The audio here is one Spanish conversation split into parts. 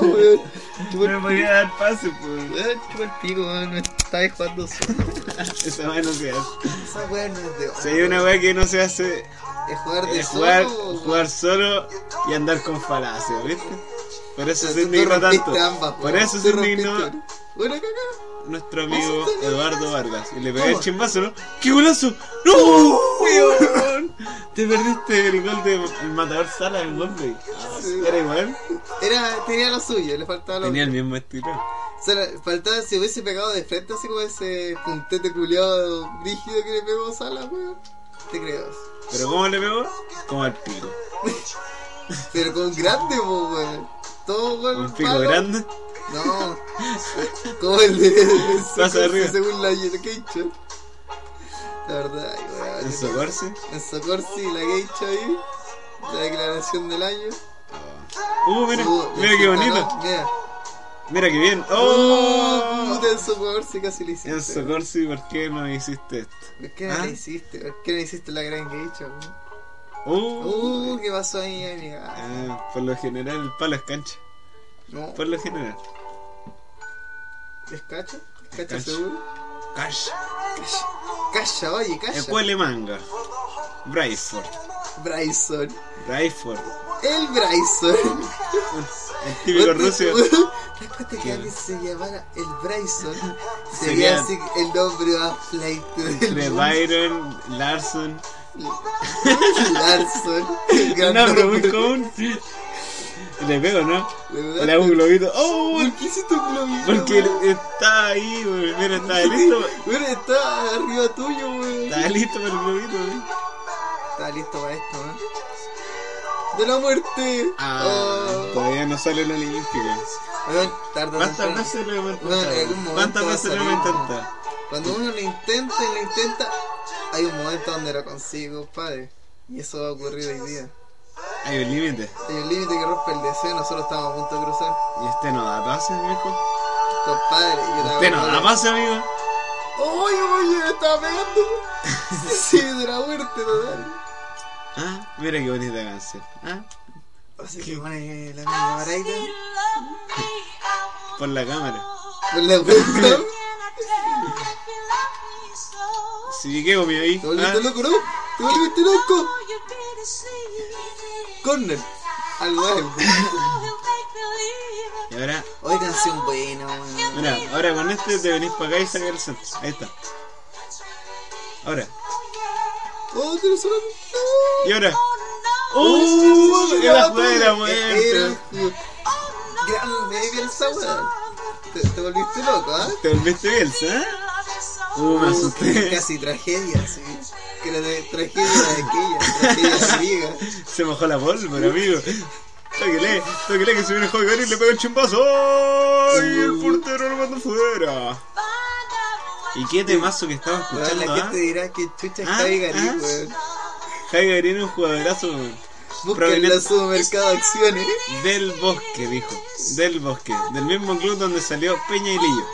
weón. Chupa Me el voy a dar pase, pues. pico, weón, chupa el pico, weón. Me está dejando solo. Esa weá no se hace. Esa weá no es de Si hay una weá que no se hace Es jugar de es jugar, solo, jugar solo y andar con falacias, ¿viste? Por eso Pero se tú indignó rompiste tanto. ambas, Por weón. eso Tú se rompiste indignó una. Bueno, cagá. nuestro amigo Eso es indignado. Eduardo Vargas. Y le pegué el ¿Cómo? chimbazo, ¿no? ¡Qué golazo! ¡No! weón! Te perdiste el gol de el matador Sala en Wembley. Ah, Sí. Era igual. Era, tenía lo suyo, le faltaba lo Tenía el mismo estilo. Solo- faltaba si hubiese pegado de frente así como ese puntete culiado rígido que le pegó Sala, weón. Te creo. Pero ¿cómo le pegó? Como al pico. Pero con grande, po, weón. Todo, weón. Un pico malo. grande. No. Como el de. de- Pasa de arriba. Según la Geisha. La verdad, ay, weón. En socorse. En Socorsi, la Geisha ahí. La declaración del año. Uh, mira, Su- mira qué su- bonito. Mira. Mira qué bien. Oh, ¡Oh! puta, en Socorsi casi le hiciste. En Socorsi, ¿por qué no hiciste esto? ¿Por qué no ¿Ah? la hiciste? ¿Por qué no hiciste la gran Geisha, weón? Uh, Uh, ¿qué pasó ahí, amiga? Ah, por lo general, el palo es cancha. No. Por lo general. ¿Es cacha? ¿Es cacha Cacha. seguro? Cash. Cacha. Cacha, oye, cacha. Escuele manga. Bryford. Bryson. Bryford. El Bryson. El típico Rusia. ¿Te das cuenta que ¿Qué? alguien se llamara el Bryson? Sería- Sería así el nombre más flight del De mundo. Byron, Larson. Larson. El Un gran nombre muy nombre. común. Le pego, ¿no? De verdad. Le hago un globito. ¡Oh! ¿Por qué hiciste un globito? Porque weón? está ahí, güey. Mira, está listo. Weón, está arriba tuyo, weón. Está listo para el globito, güey. Está listo para esto, weón. De la muerte. Ah, Oh. todavía no sale la olímpica. Weón, tarda ¿Cuántas tanto. veces lo hemos Bueno, en algún intentado? momento ¿Cuántas va a veces lo hemos salir. intentado? Cuando uno lo intenta y lo intenta, hay un momento donde lo consigue, compadre. Y eso va a ocurrir hoy día. Hay un límite. Hay un límite que rompe el deseo y nosotros estamos a punto de cruzar. Y este no da pase, mijo. Compadre, yo te Este no da pase, amigo. ¡Oye, oye! ¡Me estaba pegando! sí, de la muerte total. Ah, mira qué bonita canción. Ah, Así que pone la misma baraita. por la cámara. Con la puerta. Si qué comió ahí. Te volviste Ah, loco, ¿no? Te volviste loco. Corner. Algo de y ahora, Hoy canción buena, weón. mira, ahora con este te venís para acá y sacas el centro. Ahí está. Ahora. Oh, te lo suena. Y ahora. ¡Uh! Era jugada de la Era- muerte. Grande, que el sabor. Te, te volviste loco, ¿ah? Te volviste Bielsa, ¿eh? Uh, me asusté. Casi tragedia, sí. Que era de tragedia de aquella, tragedia griega. Se mojó la pólvora, amigo. Tóquele, tóquele que se viene Joder y le pega el chimbazo. ¡Ay! El portero lo mandó fuera. ¿Y qué temazo que estaba Weón, escuchando? la gente ¿ah? dirá que chucha Ah, está Vigarí, ah. weón. Javi Garín es un jugadorazo weón. Busca en Proveniente- la supermercado acciones. del bosque, dijo. Del bosque, del mismo club donde salió Peña y Lillo.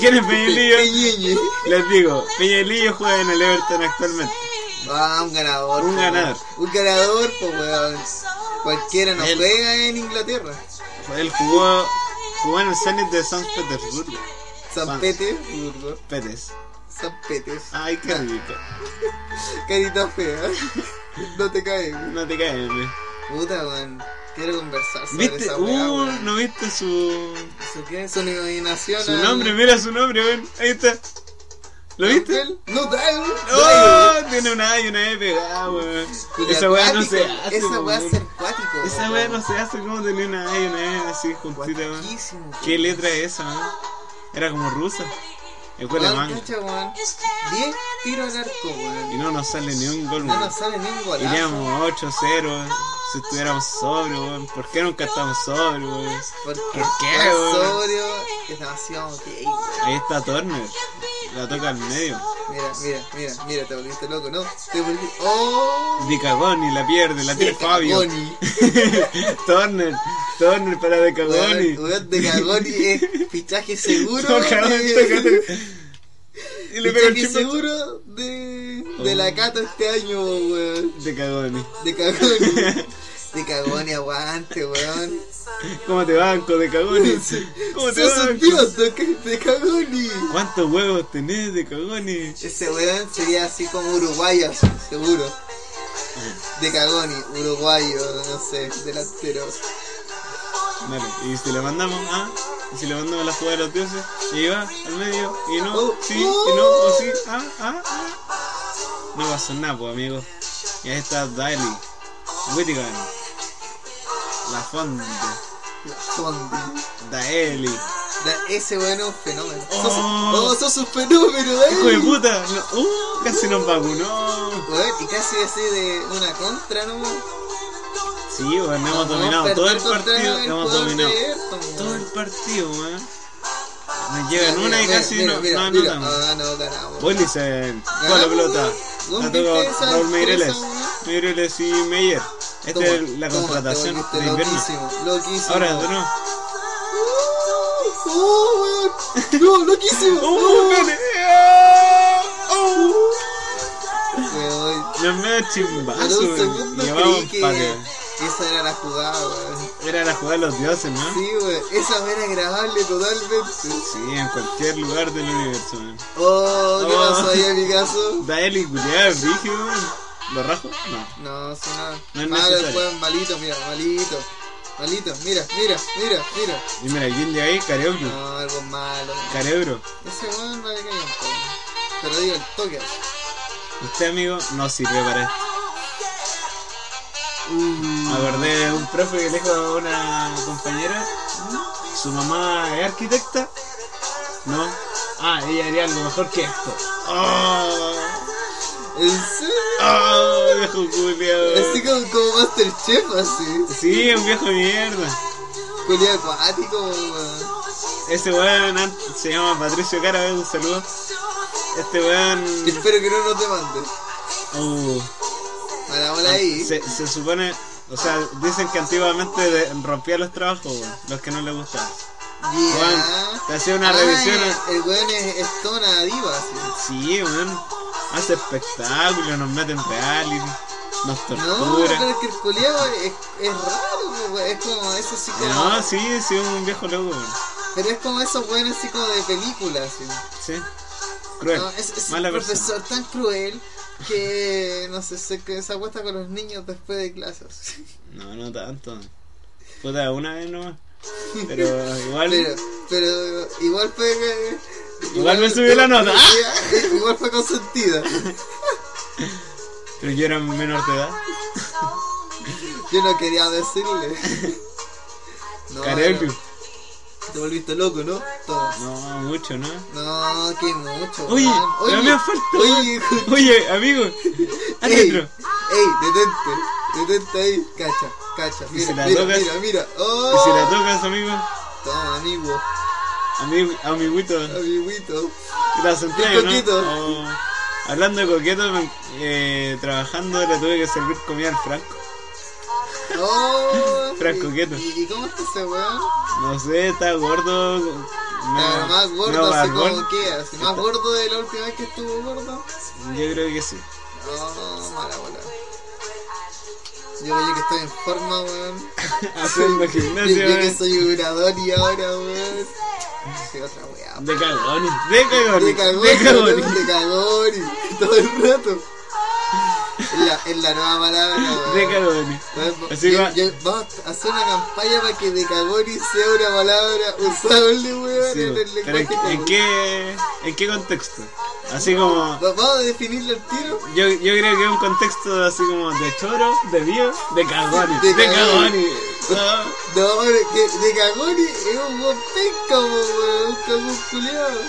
¿Quién es Peña y Lillo? Peñiñe. Les digo, Peña y Lillo juega en el Everton actualmente. Ah, un ganador. Un po, ganador. weón. Un ganador, po, weón. Cualquiera no Él. juega en Inglaterra. Él jugó, jugó en el Zenit de San Petersburgo. San Juan. Petersburgo. Petes. San Peters. Ay, qué rico. Carita fea. No te caes. weón. No te caes, weón. Puta, weón. Quiero conversar sobre ¿Viste? esa weá, Uh, weón. no viste su. ¿Su qué? Su nominación Su al- nombre, mira su nombre, weón. Ahí está. ¿Lo viste? Ángel. No traigo. ¡Oh! Tiene una A y una E pegada, weón. Esa weá no se hace. Esa weá weón. es acuático. Esa weá no se hace como tenía una A y una E así juntita, weón. Guaquísimo. ¿Qué letra es esa, weón? Era como rusa. Escuela Weón, manga. Ah, cacha, weón. 10 tiros al arco, Y weón. no nos sale ni un gol, No weón. nos sale ni un golazo. Iríamos 8-0, Si estuviéramos sobrios, weón. ¿Por qué nunca estamos sobrios, weón? Porque ¿Por qué, más weón? sobrio es demasiado gay, weón. Ahí está Turner. La toca al medio. Mira, mira, mira, mira, te volviste loco, ¿no? Te volviste. ¡Oh! De Cagoni la pierde, la tiene de Fabio. Cagoni. Turner, Turner para De Cagoni. Weón, weón, de Cagoni es fichaje seguro. No, cagón, de- toca- Y le pega el Oh. Fichaje chimbazo. seguro de, de la cata este año, weón. De Cagoni. De Cagoni. De Cagoni, aguante, weón. ¿Cómo te banco, De Cagoni? ¿Cómo te ¡Sos un banco? dios de, ca- de Cagoni! ¿Cuántos huevos tenés, De Cagoni? Ese weón sería así como uruguayo, seguro. De Cagoni, uruguayo, no sé, delantero. Dale, y si le mandamos a. Y si le mandamos la jugada de los dioses, y va al medio, y no, Oh, sí, y no, o sí, ah, ah, ah. No pasó nada, pues, amigo. Y ahí está Daily, Whittigan, La Fonte, Fondi. Daily. Da- Ese weón es un fenómeno. Oh. Sos, oh, sos un fenómeno, eh. ¡Hijo de puta! No, ¡Uh! Casi nos vacunó. Weón, y casi así de una contra, ¿no? Sí, weón, hemos dominado Vamos a todo el perder contra partido, el hemos jugador dominado de Everton, todo el weón. partido, weón. Nos Mira, llegan una y mira, casi mira, no, mira, no mira. anotamos. Ah, no, ganamos. Wilson, Ah, con la Ganamos, pelota. weón. La Gol de toca César, Raúl Meireles. César, weón. Meireles y Meyer. Esta Toma, Este es la toma, contratación te volviste de invierno. Loquísimo, loquísimo. Ahora tú no. Uh, ¡Oh, weón! ¡No, loquísimo! ¡Oh, ¡Uh, no. gane! ¡Ah! ¡Oh! Weón, Los por medios Ah, un chimbazos. segundo Llevamos creí que, empate. que esa era la jugada, weón. Era la jugada de los dioses, ¿no? Sí, weón. Esa era grabable totalmente. Sí, en cualquier lugar del universo, man. Oh, ¿qué Oh. pasó ahí en mi caso? Daeli y culiado es brígido, man. ¿Lo rajo? No. No, si No no. es Malo el necesario. juego, malito, mira, malito. Malito, mira, mira, mira, mira. Y mira, ¿quién llega ahí? Carebro. No, algo malo. Carebro. Ese weón vale callante. Pero digo el toque. Usted, amigo, no sirve para esto. Me acordé de un profe que le dijo a una compañera, su mamá es arquitecta. No. Ah, ella haría algo mejor que esto. ¡Oh! ¿En serio? ¡Oh! Viejo culiao. Así como, como Masterchef, así. Sí, un viejo de mierda. Culio acuático, weón. Ese weón antes- se llama Patricio Cara, un saludo. Este Que weón. Espero que no nos demanden. Uh, A la bola ahí. se, se supone. O sea, dicen que antiguamente de- rompía los trabajos, weón, los que no le gustaban. Yeah. Weón, te hacía una Ah, revisión. eh, El weón es, es toda una diva, así. Sí, weón. Hace espectáculo, nos mete en reality, nos No, pero tortura. es que el culiao es, es raro, po, we- es como eso así como. No, sí, sí, un viejo loco, weón. Pero es como esos buenos así como de películas. así. Sí. Cruel. No, es, es Mala un persona. profesor tan cruel que no sé, se, que se acuesta con los niños después de clases. No, no tanto. Puta, una vez nomás. Pero igual. Pero, pero igual fue que- Igual me subió la nota. Igual fue consentida. Pero yo era menor de edad. Yo no quería decirle. No, Carepio. no, te volviste loco, ¿no? Toma. No, mucho, ¿no? No, que mucho. Oye, weón. pero me falta. Oye, hijo Oye, amigo. ¡Ey! Árbitro. ¡Ey! ¡Detente! ¡Detente ahí! ¡Cacha! ¡Cacha! Y si ¡Mira, la mira, tocas- mira, mira! Y si la ¡Oh! tocas, amigo. Toma, amigo, Amigo, amiguito. amiguito. La Santiago, Un coquito. ¿no? Oh, hablando de coqueto, me- eh, trabajando le tuve que servir comida al Franco. ¡Oh! Franco, ¿Y- quieto. ¿Y, y cómo está ese weón? No sé, está gordo. Está más gordo, más así gordo. como que, así más gordo de la última vez que estuvo gordo. Yo creo que sí. No, mala bola. Yo oye que estoy en forma, weón. Haciendo Yo, yo gimnasia, que weón. soy vibrador y ahora, weón. Soy otra weá. De cagones, de De cagones, cagón, de cagones, de cagón, y todo el rato. Es la, es la nueva palabra. de weón. cagones. Weón, Así yo- va. yo- vamos a hacer una campaña para que de cagón y sea una palabra usable, weón, Sí, en el pero lenguaje en, en común. qué, ¿en qué contexto? Así como. Va- Vamos a definirlo al tiro. Yo, yo creo que es un contexto así como de choro, de bio, de cagones, De de, cagones. cagones. Ah. No, pero que de cagón y es un buen penca, po, weón, un cagón culiado.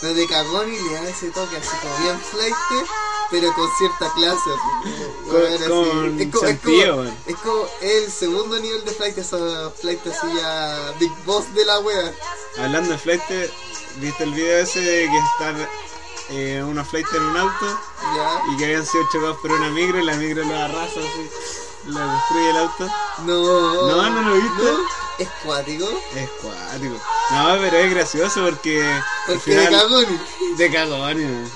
Pero de cagón y le da ese toque así como bien flight, pero con cierta clase. así como, Con- weón, así. con es, como, es, sentido, como, weón. es como el segundo nivel de flight, esa flight así ya Big Boss de la wea. Hablando de flight, ¿viste el video ese de que están eh, unos flight en un auto Ya, y que habían sido chocados por una micro y la micro los arrasa así, lo destruye el auto? no, No, no lo viste. es cuático, Es cuático. No, pero es gracioso porque. al porque de final- cagoni, De eh. cagones, weón.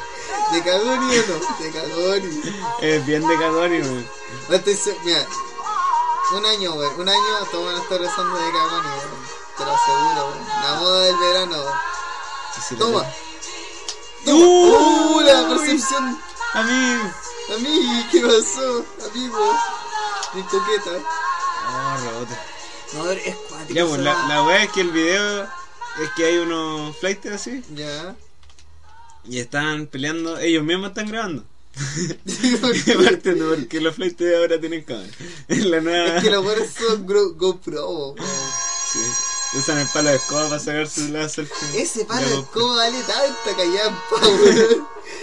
de cagoni o no, de cagoni. Es bien de eh. cagones, weón. No estoy se- Mira, un año, güey. Un año todos van a estar rezando de cagón, güey. Te lo aseguro, güey. La moda del verano, güey. Sí, sí, la Toma. tengo. Toma. ¡Uy! ¡Uh! La percepción. A mí. A mí, ¿qué pasó? Amigo. Mi coqueta. Oh, rebote. No, es cuático. Ya, pues, esa la, va. la weá es que el video es que hay unos flights así Ya. y están peleando, ellos mismos están grabando. ¿Por Y qué? aparte, no, porque los flights ahora tienen cámara. Es la nueva. Es que los güeyes son gro- GoPro, güey. Sí. Usan el palo de escoba para sacar su láser. Ese Ya, palo, pues, ¿cómo vale tanta callampa, güey?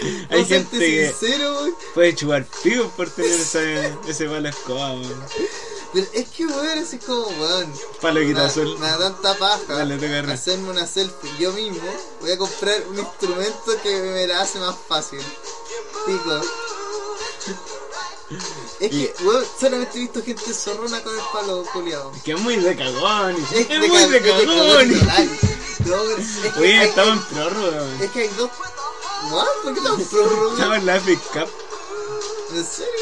Hay Vamos a serte gente que- sincero, güey. Puede chupar pico por tener ese, ese palo de escoba, weón. Pero es que, weón, así es como, weón. Palo de Me, quitasol. Ah, me da tanta paja Dale, te agarra. hacerme una selfie yo mismo. Voy a comprar un instrumento que me la hace más fácil. Pico. Es que, weón, solamente he visto gente zorrona con el palo culiado. Que es muy de cagón. Es, de muy ca- de cagón, cagón. total. No, pero es que, Oye, hay, estaba en prórroga, weón. es que hay dos. ¿What? ¿Por qué tan prórroga? Estaba en la Epic Cup. ¿En serio?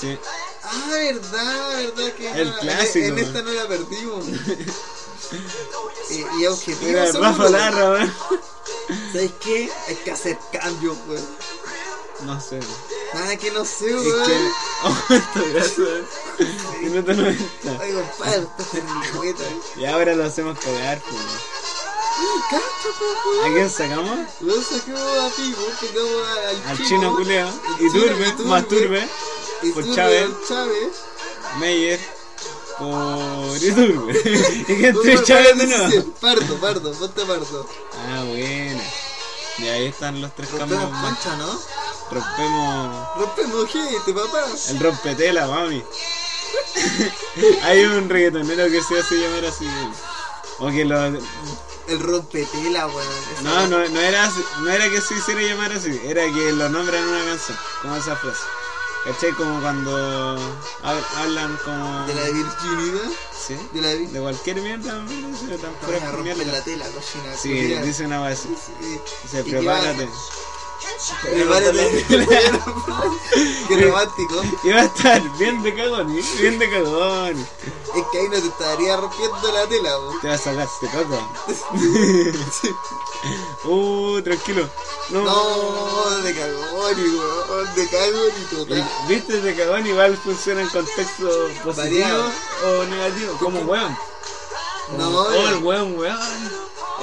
Sí. Ah, verdad, verdad que El no, en- clásico, En, man. esta no la perdimos. y, y objetivo Era seguro, Rafa man. Larra, weón. ¿Sabes qué? Hay que hacer cambios, weón. No sé, weón. Nada que no sé, Es que. weón. Oh, esto es gracioso. Minuto 90. Ay, compadre, usted es vergüenza. Y ahora lo hacemos cagar, pues. Cállate, ¿A quién sacamos? pues, weón. Lo saquemos a ti, weón. Pegamos a- al, Al chino culeo. Y Turbe, más Turbe. Y por Turbe, Chávez. al Chávez. Meyer. Por Iturbe. Y que Vos, entre vos, Chávez de vos, sí, nuevo. Pardo, pardo, ponte pardo. Ah, bueno. Y ahí están los tres cambios Rompemos más. pancha, ¿no? Rompemos Rompemos gente, papá. el rompetela, mami. Hay un reggaetonero que se hace llamar así. weón. O que lo, El rompetela, weón. Esa No, no, no era, así- no era que se hiciera llamar así, era que lo nombran en una canción, como esa frase. ¿Cachai? Como cuando hab- hablan como... De la virginidad. ¿Sí? De la De virginidad. cualquier mierda, no sé, tan Van a pura romper la mierda. tela, cochina. Sí, culiao. dice una base. Sí. Dice, ¿Y qué prepárate. Prepárate. Qué romántico. Y va a estar bien de cagón, ¿eh? bien de cagón. Es que ahí no te estaría rompiendo la tela, po. Te vas a sacar este coco. Uh, tranquilo. No. No, de cagón, weón. De cagón y Eh, total. ¿Viste de cagón? Igual funciona en contexto positivo Variado. o negativo. Como weón. No, Oh, el weón, weón.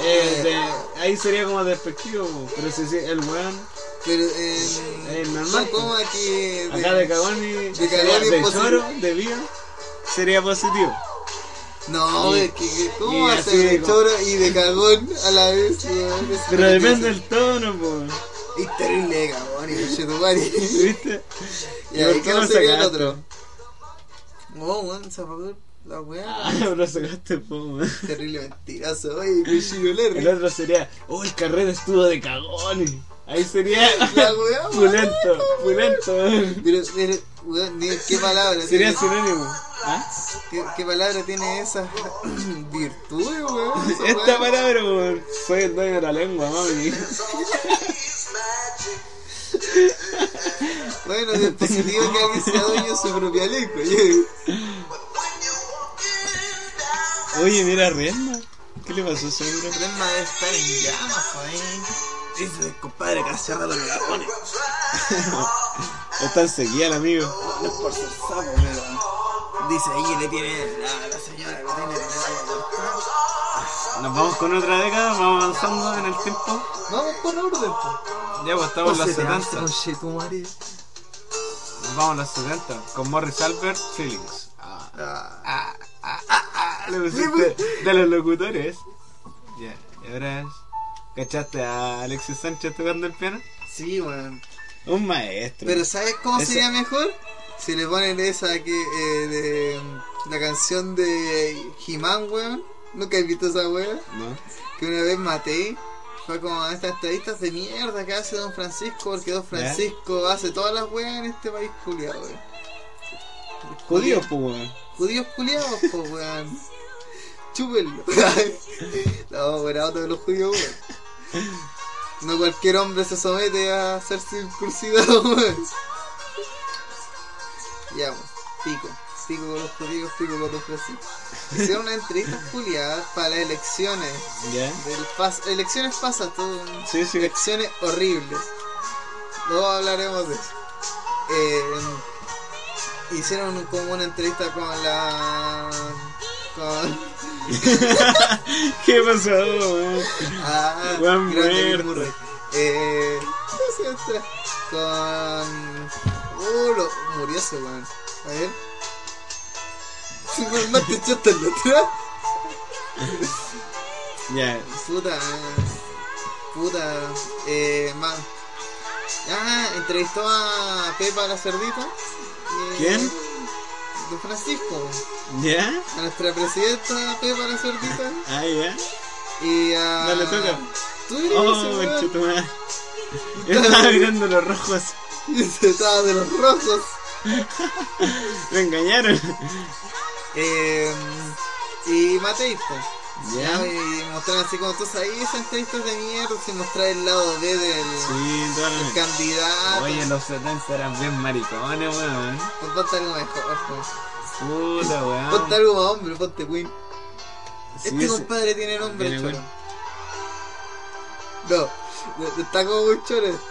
Eh, Eh. de- ahí sería como despectivo, pero si sí, el weón. pero em, en. Eh, normal, son po. como aquí. Acá de cagón y de sería cagón y de positivo. choro, de vía, sería positivo. No, Y- es que. que- y ¿Cómo va a así ser de como- choro y de cagón a la vez, weón? Es Pero una cosa- depende del tono, po. Es terrible de cagón y conchetumare. ¿Viste? ¿Y a ver, por qué cómo no sería el sacaste? otro? No, weón, se apagó la weá. Ah, lo sacaste, po, weón. Terrible mentiroso, oye, Cuchillo El Lerry. otro sería, oh, el carrete estuvo de cagón. Ahí sería La weá, weón. pulento, pulento. weón. Pero, pero, weón, ni- ¿qué palabra Sería tiene? sinónimo. ¿Ah? ¿Qué, qué palabra tiene esa virtud, weón? Esa Esta weá. palabra, weón, soy el dueño de la lengua, mami. Bueno, es positivo que alguien sea dueño de su propia lengua, oye. Oye, mira, Rihanna. ¿Qué le pasó a ese hombre? Prema debe estar en llamas, weón. Dice el compadre que ha cerrado los dragones. Está enseguida el amigo. No es por ser sapo, pero. Dice ahí que le tiene la, la señora que tiene la Nos vamos con otra década, vamos avanzando en el tiempo. Vamos por orden, po. Ya, pues estamos en los 70. Nos vamos a los 70. Con Morris Albert, Feelings. Ah, ah, ah, ah, ah, le pusiste de los locutores. Ya, y ahora es- ¿Cachaste a Alexis Sánchez tocando el piano? Sí, weón. Un maestro. Pero ¿sabes cómo Esa- sería mejor? Si le ponen esa que eh, de la canción de He-Man, weón. Nunca he visto esa weón. ¿No? Que una vez maté. Fue como a estas entrevistas de mierda que hace Don Francisco, porque Don Francisco hace todas las weas en este país culiado, weón. Judío, pues, weón. Judíos culiados, po, weón. Chúpenlo. no, weón, otro de los judíos, weón. No cualquier hombre se somete a ser circuncidado, weón. Ya, weón. Pico. Pico con los judíos, pico con los franceses. Hicieron una entrevista culiada para las elecciones. ¿Ya? Del pas elecciones pasas, todo. Sí, sí. Elecciones horribles. Luego hablaremos de eso. Eh, hicieron como una entrevista con la. con. ¿Qué pasó, weón? Ah, Juan grande Bill Muerto. Murray. Eh, ¿cómo se llama esta? Con. Uh, lo, murió ese weón. A ver. Superman te echó hasta el atrás. Ya. Puta. Puta. Eh, man. Ah, entrevistó a Pepa la cerdita. eh, ¿Quién? Don Francisco. ¿Ya? A nuestra presidenta Pepa la cerdita. Ah, ya. Y a. Dale, toca. Tú eres ese Oh, weón. chutumá. Yo estaba mirando los rojos. Estaba de los rojos. Me engañaron. Eh, y Matei, po. Ya. Ya, Y mostraron así como tú ahí esas entrevistas de mierda sin mostrar el lado B del, Sí, toda la del noche. candidato. Oye, los 70 eran bien maricones, weón. Ponte algo mejor, po. Puta, Ponte weón. algo más hombre, ponte Queen. Sí, Este ese- compadre tiene nombre, Tiene choro. No, no, está como muy choro este.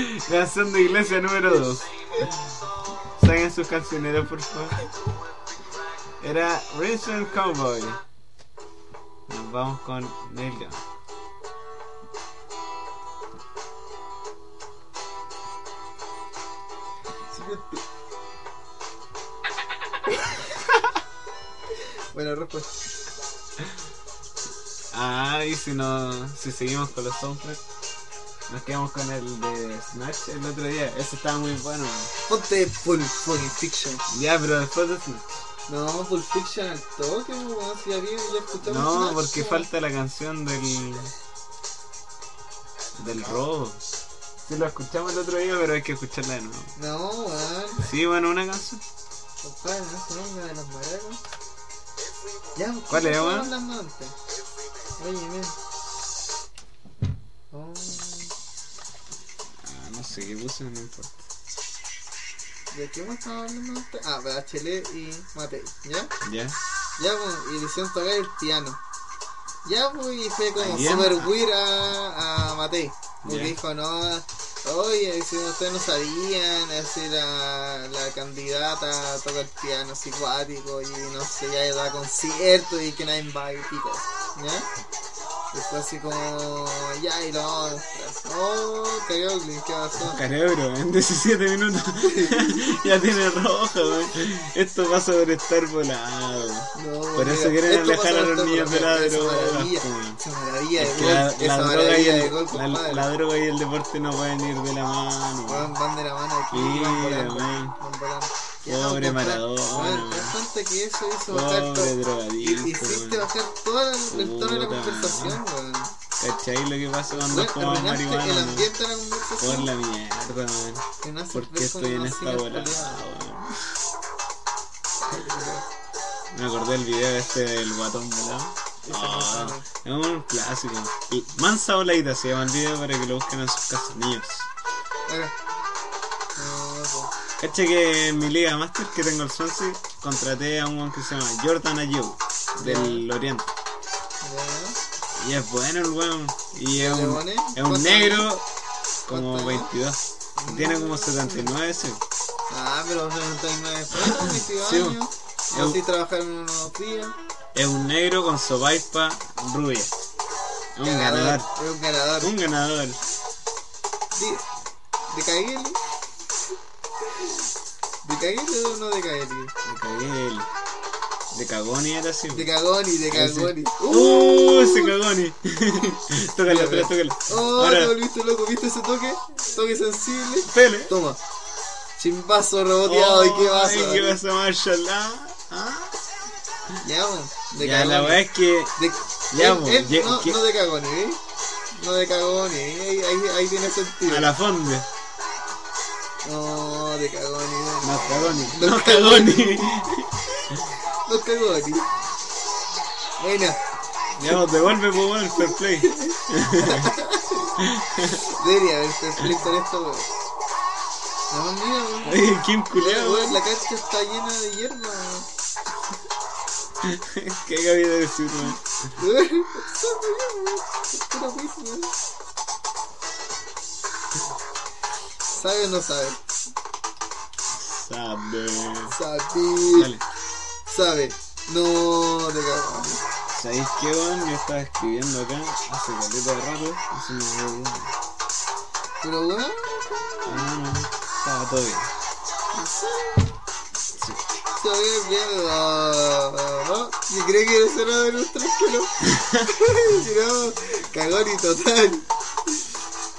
esto. Canción de iglesia número 2. Saquen sus cancioneros, por favor. Era Reason Cowboy. Nos vamos con Neil Young. Siguiente. Buena respuesta. Ah, y si no. Si seguimos con los soundtracks. Nos quedamos con el de Snatch el otro día. Ese estaba muy bueno. weón. Ponte Pulp Fucking Fiction. Ya, pero después de Snatch. No, Pulp Fiction al toque, weón. Si ya vi, ya escuchamos. No, Snatch, porque weón. falta la canción del. del robo. Sí, lo escuchamos el otro día, pero hay que escucharla de nuevo. No, weón. Sí, bueno, una canción. Compadre, no se venga de los maracas. Ya, ¿qué ¿Cuál es, estamos weón? hablando antes? Oye, mira. Oh, Ah, no sé qué puse, no importa. ¿De qué hemos estado hablando antes? Ah, Bachelet y Matei, ¿ya? Ya. Ya, pues, y le hicieron tocar el piano. Ya, pues, y fue como Ah, ya. super weird a, a Matei. Porque Ya. dijo, no, oye, si ustedes no sabían, así la, la candidata toca el piano psicuático y no sé, ya da concierto y que nadie va y pico, ¿ya? Y fue así como, ya, y lo vamos a mostrar. Oh, karaoke, ¿qué pasó? Cerebro, en 17 minutos ya tiene roja, weón. Esto va sobre estar volado. No, Por eso quieren esto alejar pasa a los tanto niños por de la esa droga, maravilla, pues. Esa maravilla de gol, Es que esa la, la droga y maravilla de el, gol, la, compadre. la droga y el deporte no pueden ir de la Van, mano. weón. van de la mano aquí, Sí, van volando, weón. van volando. Pobre compadre, Maradona, weón, ¿Te das weón. cuenta que eso hizo bajar Pobre todo? drogadicto, hi- Hiciste weón. bajar todo el, el tono de la Puta. conversación, weón. ¿Cachai lo que pasa cuando Weón, fumamos arruinaste marihuana? el weón? ambiente de la Por conversación. la mierda, weón. Arruinaste ¿Por qué ver con estoy en unos esta signos volada, culiados. weón? Me acordé del video este del guatón volado. Esa Ah, canción es un clásico. Y Mansa Oladita se llama el video para que lo busquen en sus casas, niños. Acá. No, pues, po. Cacha que en mi liga master que tengo el Swansea contraté a un weón que se llama Jordan Ayew del Oriente. Ya. Y es bueno el weón. Y es ¿Le un, pone? es ¿Cuánto? un negro como ¿Cuánto? 22. Y Tiene como 79 ese. Ah, pero 79 pesos, 22 Sí, años. weón. Así trabajaron unos días. Es un negro con sobaipa rubia. Es un ganador. Es un ganador. Un ganador. Sí. ¿De Cagueli? ¿De Cagueli o no de Cagueli? Me cagué él. De Cagoni era así. De cagón y de cagón. y- ¡Uh! ¡Uh! Ese Cagoni. tócala, tócala, tócala. Oh, te Ahora, volviste loco, ¿viste ese toque? Toque sensible. pele. Toma. Chimbazo reboteado y qué vas pasa. Oh, ¿Qué pasa, Mashallah? ¿Ah? Ya, weón. De Ya, la cagón. verdad es que. De... Ya, él- po, él ye- no, que- no de cagón, ¿eh? No de cagón, ¿eh? Ahí, ahí, ahí tiene sentido. A la fonde. No, de cagón, ¿eh? No, Cagoni. No, No, Cagoni. No cagón, ¿eh? Buena. Ya, vos, devuelve, pues, bueno, el fair play. Debería haber perfil con esto, weón. No, mira, weón. Oye, Kim Mira, culeo, weón, la cancha está llena de hierba, weón. ¿Qué acabé de decir, weón? ¿Sabe o no sabe? Sabe. Sabe. Dale. Sabe. No, de cagón. ¿Sabéis qué, weón? Yo estaba escribiendo acá hace caleta de rato. Así me fue, weón. Pero weón. Ah, no. Estaba todo bien. Sí. Sabe miedo. Y cree que eso era de nuestro que no. Si no, cagón y total.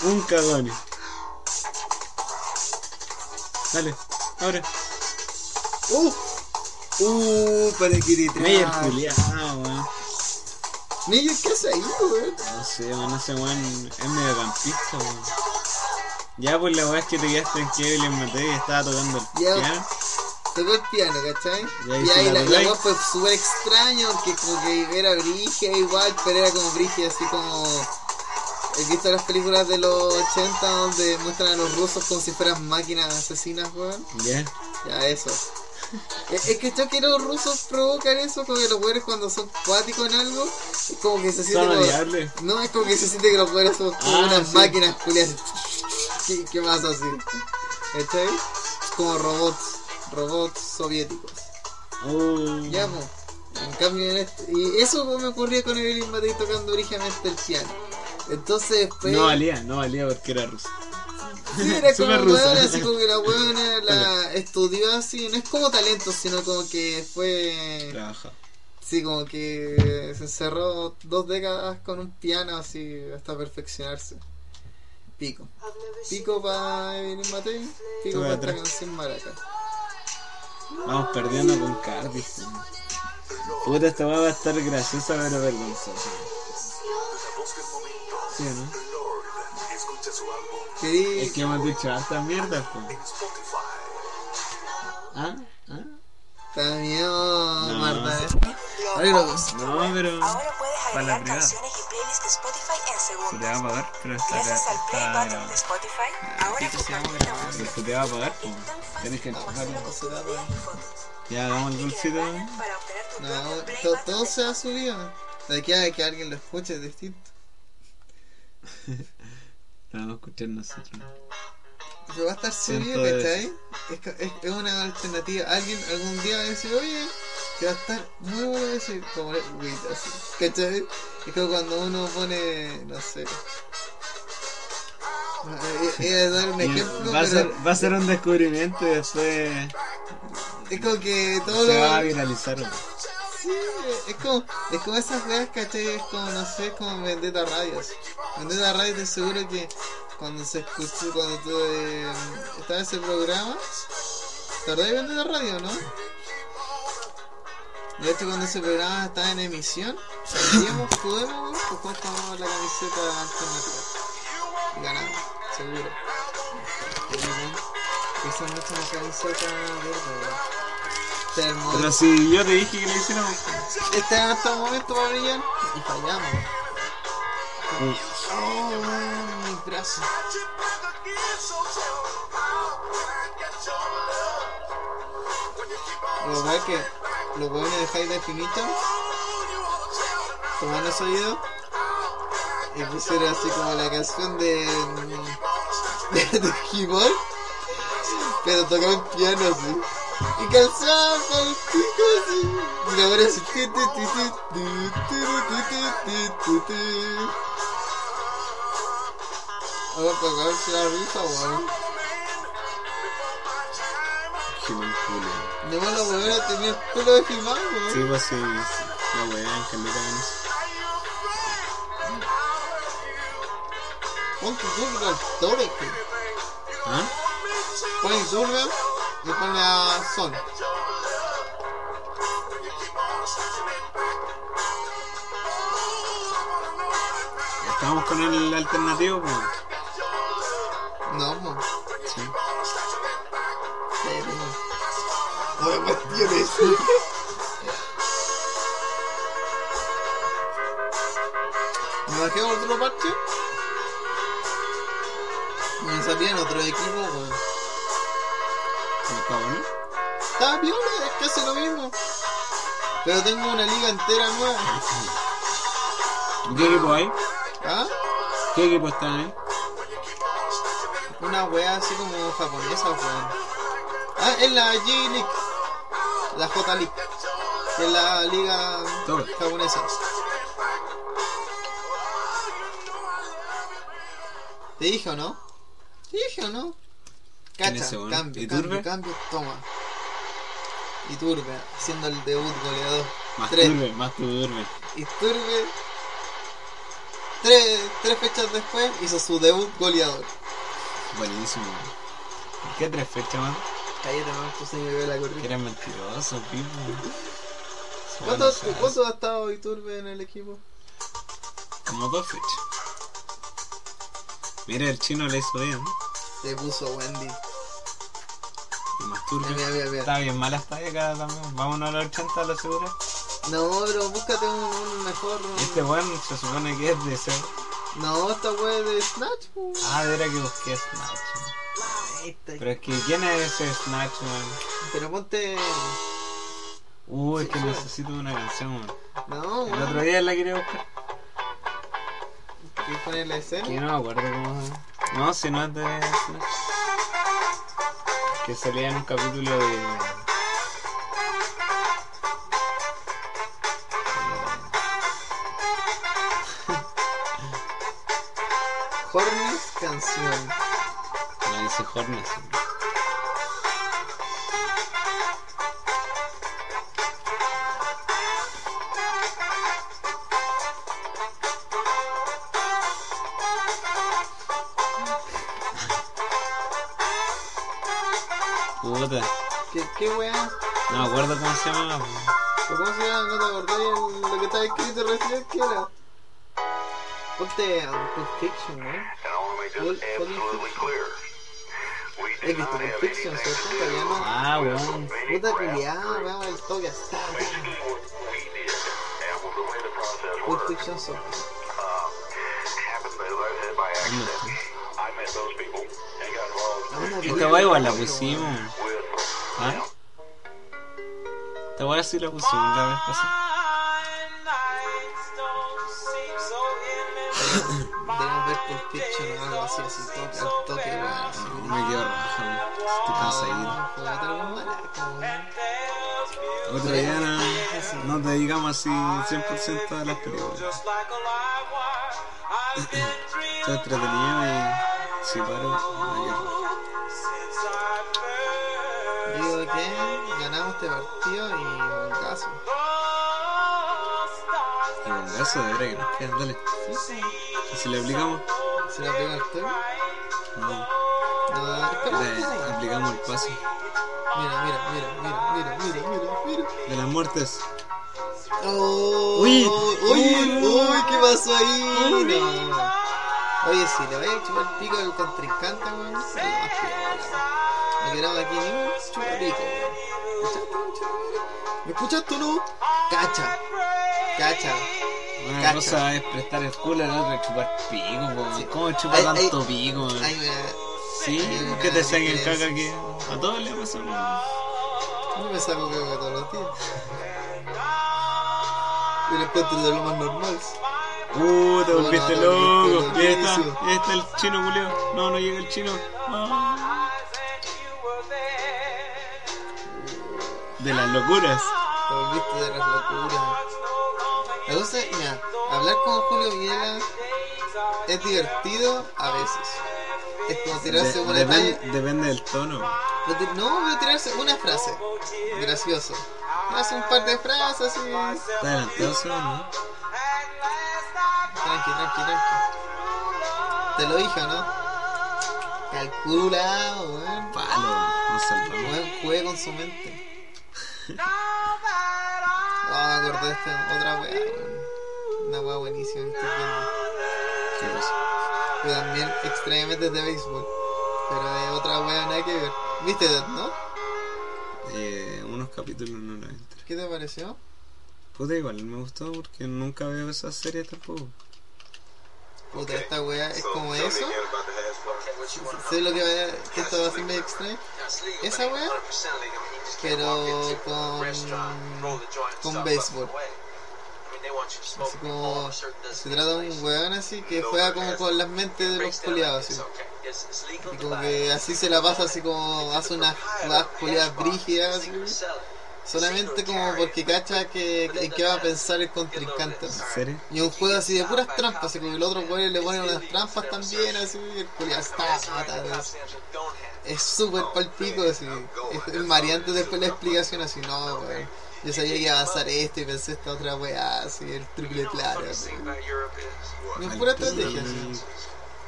Un cagón. Dale, ahora. Ah. Uh. Uh, para que te Meyer traiga. culiao, weón. Meyer, ¿qué hace ahí, weón? No sé, weón, ese weón es mediocampista, weón. Ya, pues la weá es que te quedaste en que Evelyn Matei estaba tocando el Ya. piano. tocó el piano, ¿cachai? Y ahí Y se ahí la la, la tocáis. voz fue súper extraña porque como que era brígida igual, pero era como brígida así como... He visto las películas de los 80 donde muestran a los rusos como si fueran máquinas asesinas, weón. Ya. Ya, eso. Es, es que yo que los rusos provocan eso, como que los weones cuando son cuáticos en algo, es como que se sienten Son como- odiables. No, es como que se siente que los weones son como Ah, unas sí. máquinas culiadas. ¿Qué, qué más así? ¿Cachai? Como robots, robots soviéticos. Oh. Ya, po. En cambio, en este- y eso me ocurría con Evelyn Matei tocando originalmente el piano. Entonces, pues. No valía, no valía porque era ruso. Sí, era como Súper rusa. weona, así como que la weona la estudió así, no es como talento, sino como que fue. Trabaja. Sí, como que se encerró dos décadas con un piano así hasta perfeccionarse. Pico. Pico para Evelyn Matei, pico Tú para esta atrás. canción maraca. Vamos perdiendo con Cardiff. weón. Puta, esta weá va a estar graciosa, pero vergonzosa. ¿Sí o no? Que di- Es que hemos dicho harta mierda, pues. ¿Ah? ¿Ah? Está miedo, No. Marta. ¿eh? Los Ahí lo audios. ves. No, pero. Ahora puedes Para la agregar privada. canciones y playlists de Spotify en Se te segundos. va a pagar, pero está Gracias al play está button de grabado. Spotify, sí, ahora sí, vamos a compartir la grabar. música Pero se te va a pagar, pues. es tan fácil Tenés que como enchufarlo. hacerlo con tu video y fotos. Ya, damos el dulcito. Grabar para obtener tu No, propio play to- button todo de se ha subido. De aquí a que alguien lo escuche es distinto. Lo vamos a escuchar nosotros. Pero va a estar subido, Siento eso. ¿cachai? Es, co- es, es una alternativa. Alguien algún día va a decir, oye, que va a estar muy bueno decir, como el wit así. ¿Cachai? Es como cuando uno pone, no sé. Eh, eh, Iba a dar un Y ejemplo, Va a, ser, pero va a ser un descubrimiento y después es como que todo se va a lo, viralizar. weón. Sí, es como, es como esas weas, ¿cachai? Es como, no sé, es como Vendetta Radios. Vendetta Radio te seguro que cuando se escuchó, cuando tú eh, estaba ese programa, ¿te acordás de Vendetta Radio, no? De hecho, cuando ese programa estaba en emisión, salíamos, jugamos, weón, pues todos tomábamos la camiseta alternativa. Y Ganamos, seguro. Pero, weón, Esa noche la camiseta verde, Termo. Pero si yo te dije que lo hiciéramos. Este es nuestro momento para brillar y fallamos. Oh, weón, mis brazos. Lo bueno es que los huevones de Jaime Finito tomaron ese video y pusieron así como la canción de. de, de hip hop, pero tocaban piano así. Y calzaban para el pico así. Y la buena así. tu, tu, tu, tu, tu, tu, tu, tu, tu, tu, tu. Ahora para cagarse la risa, weón. Qué buen culo. No me lo voy a tener pelo de He-Man, weón. Sí, pues sí. La weá, en caleta de eso. Pon tu Zurga al toro, que- ¿Ah? Pon Zurga y pon a Son. Estábamos con el alternativo, pues. No, mo. Sí. Pero no. No me cuestiones. ¿Me bajé otro parche? Me salía en otro equipo, weón. ¿Cómo está bueno? Está viola, es casi lo mismo. Pero tengo una liga entera nueva. ¿Y ¿Qué equipo hay? ¿Ah? ¿Qué equipo eh? están ahí? Una wea así como japonesa, weón. Ah, es la J-League. La J-League. Que es la liga Toma. japonesa. ¿Te dije o no? ¿Te dije o no? ¿Quién es Cacha, ese, weón? cambio, ¿Iturbe? cambio, cambio, toma. Y Turbe, haciendo el debut goleador. Más Tres. turbe, más turbe. Y Turbe, tres, tres fechas después, hizo su debut goleador. Buenísimo. ¿Por qué tres fechas más? Cállate, man, tú se pues, me ve la corriente. Eran mentirosos, pipo. Se van a ¿Cuánto, hacer. cuánto ha estado Iturbe en el equipo? Como dos fechas. Mira, el chino le hizo bien. Te puso Wendy. Y más turbe. Mira, mira, mira. Está bien mala esta década también. Vámonos a los 80 a la segura. No, pero búscate un, un mejor. Este weón se supone que es de ser. No, esta wea de Snatch. po. Ah, era que busqué Snatch. weón. Ahí está. Pero es que, ¿quién es ese Snatch, weón? Pero ponte. Uh, es que Sí, sí. necesito una canción, weón. No, El otro weón. día la quería buscar. ¿Quieres poner la Que escena? no me acuerdo cómo se llama. No, si no es de Snatch. Que salía en un capítulo de. Hornes canción. No dice Hornets. weón. Puta, ¿Qué, qué wea? no me acuerdo cómo se llama. weón. ¿Pero ¿Cómo se llama? ¿No te acordás el- lo que estaba escrito recién? ¿Qué era? Ponte um, Pulp Fiction, weón. Pulp- Pulp Fiction. Es que está Pulp Fiction, se puta ya no. Ah, weón. Puta culiada, weón, el toque hasta. Pulp Fiction son. ¿Dónde está? Esta Esta weá igual la pusimos. ¿Ah? Esta weá sí la pusimos la vez pasada. Debemos ver Pulp Fiction o algo así, así, toque, al toque, weón. así, No, me quedo raja, weón. Estoy cansadito. como otra maraca, weón. Otra día no, no te digamos así 100% a las películas. Está entretenido y si paro, me quedo raja. Digo que ganamos este partido y un caso. Y con gaso de verdad que nos quedan, dale. ¿Y si le aplicamos? ¿Se la pega al toque? No, No, espera, le espera. aplicamos el paso Mira, mira, mira, mira, mira, mira, mira, mira. de las muertes. Oh, Uy, uy, uy, uy, ¿qué pasó ahí? uy. No. Oye, si le voy a chupar el pico al contrincante, weón. se lo va a pegar, weón. No quedamos aquí ni un chupapico, weón. ¿Escuchaste, conchetumare? ¿Me escuchaste o no? Cacha, cacha. Una Cacha. cosa es prestar el culo y la otra es chupar pico, po. Sí. ¿Cómo chupa Ay, ay. tanto pico, man? Ay, mira, Sí, pues ay, que te ay, saquen ay, caca sí. que a todos les pasa. man. no me saco caca todos los días. Yo lo encuentro de lo más normal. Uh, te volviste no, no, loco. no, Y ahí está, no, ahí está el chino, Julio. No, no llega el chino. Ah. De las locuras. Te volviste de las locuras. La cosa es, mira, hablar con Julio Villegas es divertido a veces. Es como tirarse De- una depen- talla. depende del tono. Voy a ti- No, voy a tirarse una frase. Gracioso. Más un par de frases y... Está adelantado, sí, ¿no? Tranqui, tranqui, tranqui. Te lo dije, ¿o ¿no? Calculado, weón. Palo, nos salvamos. Weón, juegue con su mente. Ah, me acordé de esta otra weá, weón. Una weá buenísima que estoy viendo. ¿Qué pasa? Pero también extremadamente de béisbol. Pero hay otra wea nada que ver. ¿Viste Death Note? Eh, unos capítulos no la entré. ¿Qué te pareció? Puta, igual me gustó porque nunca veo esas series tampoco. Puta, esta wea es como eso. Sé lo que, va, que esto va a ser medio extraño. Esa wea, pero con, con béisbol. Así como se trata de un weón así que juega como con las mentes de los culiados. Así. Y como que así se la pasa, así como hace unas jugadas culiadas brígidas. así. Solamente como porque cacha que, en qué va a pensar el contrincante. así. ¿Series? Y un juego así de puras trampas, así como el otro weón le pone unas trampas también, así, y el culiado está, está, así. es súper palpico, así. Es el variante después la explicación, así, no, weón. Yo sabía que iba a pasar esto y pensé esta otra weá, así, el triple claro, así. Y es pura estrategia, así.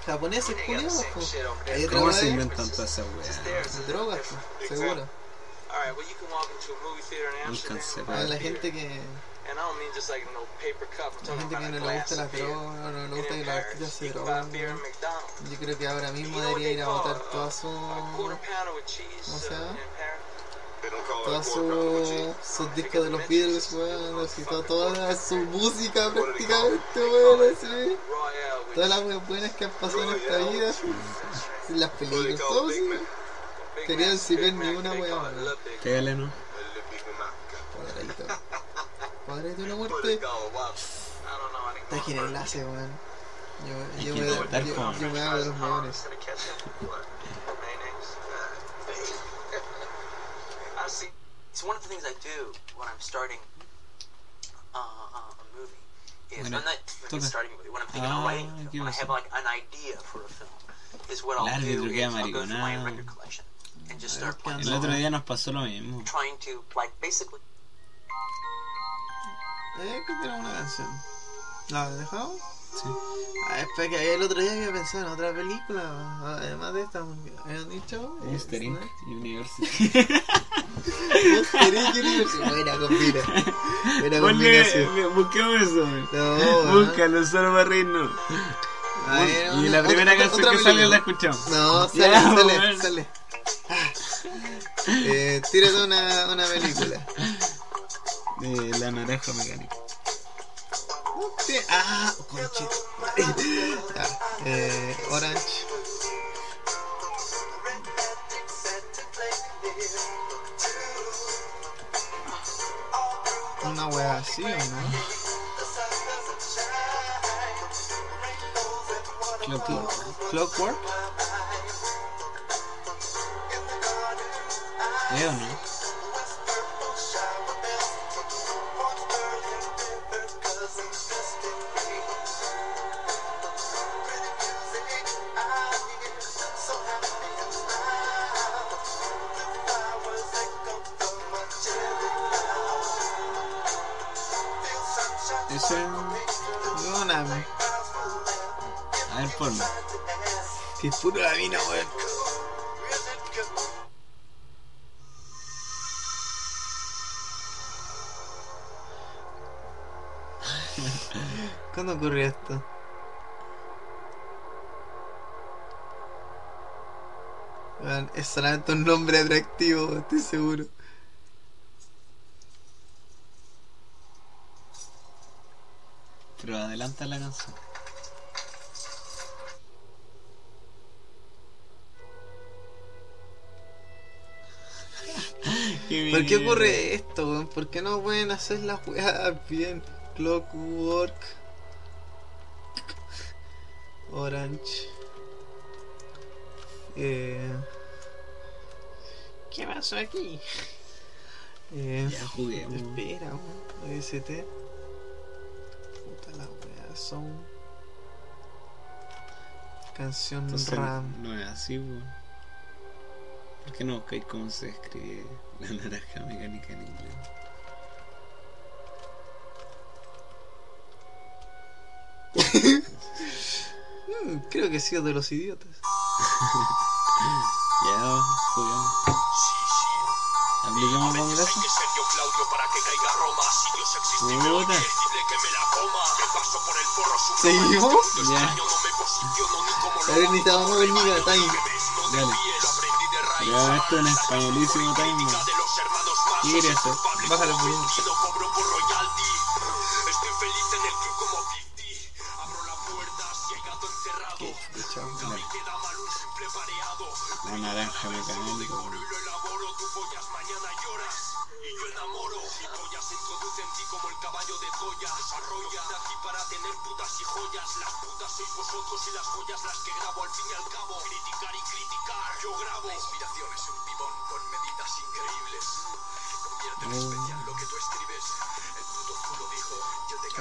Japoneses, culiados, pues. Hay otra ¿Cómo se weá, inventan todas esas weas? drogas, pues, seguro. Alright, well, you can walk into a movie theater in Un Amsterdam. cancerbero. A la gente que, And I don't mean just like no paper cup. I'm la talking gente que about a no le glass gusta of las beer. drogas, no le And gusta in que los artistas Paris, se you can buy drogan, beer at weón. McDonald's. Yo creo que ahora You mismo know what debería they ir a call, votar uh, toda su... a quarter pounder with cheese, ¿cómo se uh, llama? in todos Paris? sus sus discos de los Beatles, weón, así, to- toda su música prácticamente, weón, así, Royale with todas las weas buenas que han pasado en esta vida, así, las películas, todo, así, Big Quería Mac, decir, Big ven, Mac, ni una they wea, call it weón. Little Big Pégale, ¿no? cuadradito, cuadradito una muerte, Mac. I don't know, I didn't está aquí en el enlace, weón, yo, yo, que me, votar yo, con- yo me hago de los millones, gonna catch it. What? Mayonnaise? I see. Uh, It's one of the things I do when I'm starting uh, uh, a Oh, movie. Is Bueno, I'm not toca. starting a movie. When I'm thinking Ah, of writing, a ¿qué film, when I pasa? have like an idea for a film, is what El I'll árbitro do is queda I'll go Mm, through my mariconado. record collection and just start playing, El otro día nos pasó lo mismo. trying to like basically eh, que tenemos una canción, ¿la dejamos? Sí. Ah, espera que el otro día había pensado en otra película, además de esta, habían dicho, eh, Monster Inc. University. Monster Inc. Universe. Buena combina. Buena combinación. Ponle, eh, busquemos eso, güey. No, Búscalo, solo va a reírnos. A ver, Y Ah, una- la otra- primera otra- canción otra que sale película. la escuchamos. No, sale, Ya, sale, weón. sale. Ah. Eh, tírate una, una película. Eh, la naranja mecánica. Sí, Ah, conchito. eh, Orange. Una wea así, ¿o no? Clockwork. Clockwork. ¿Eh o no? Ese. No, una. A ver, ponlo. Que es puro la mina, weón. ¿Cuándo ocurrió esto? Weón, es solamente un nombre atractivo, estoy seguro. Pero adelanta la canción. ¿Por qué mierda. ocurre esto, weón? ¿Por qué no pueden hacer las weas bien? Clockwork. Orange. Eh... ¿Qué pasó aquí? Eh... Ya jugué. güey. Espera, weón. OST. Puta la wea, son. Canción Entonces, RAM. no es así, güey. ¿Por qué no buscáis cómo se escribe la naranja mecánica en inglés? Mm, creo que he sido de los idiotas. Ya, jugamos. Apliquemos Hay bongazo. que ser yo Claudio para que caiga Roma. Si Dios existe, me Puta. oye, dile que me la coma. Me paso por el forro su ¿Seguimos? Ya, Yo no me posiciono ni como lo Pero necesitábamos ver Niga de Time. dale. Ya, esto en españolísimo time. man. de los hermanos más ¿Qué quería hacer? Bájale el volumen. Yo cobro por royalty. Estoy feliz en el club como 50. Abro la puerta, si hay gato encerrado. Nunca me queda mal un simple pareado. La naranja mecánica. Oro man. y lo elaboro, tú pollas mañana lloras. Y yo enamoro. Mi polla se introduce en ti como el caballo de Troya. Arrolla de aquí para tener putas y joyas. Las putas sois vosotros y las joyas las que grabo al fin y al cabo. Criticar y criticar, yo grabo. La inspiración es un pibón con medidas increíbles. Convierte en Oh. especial lo que tú escribes. El puto culo dijo, yo te A ver,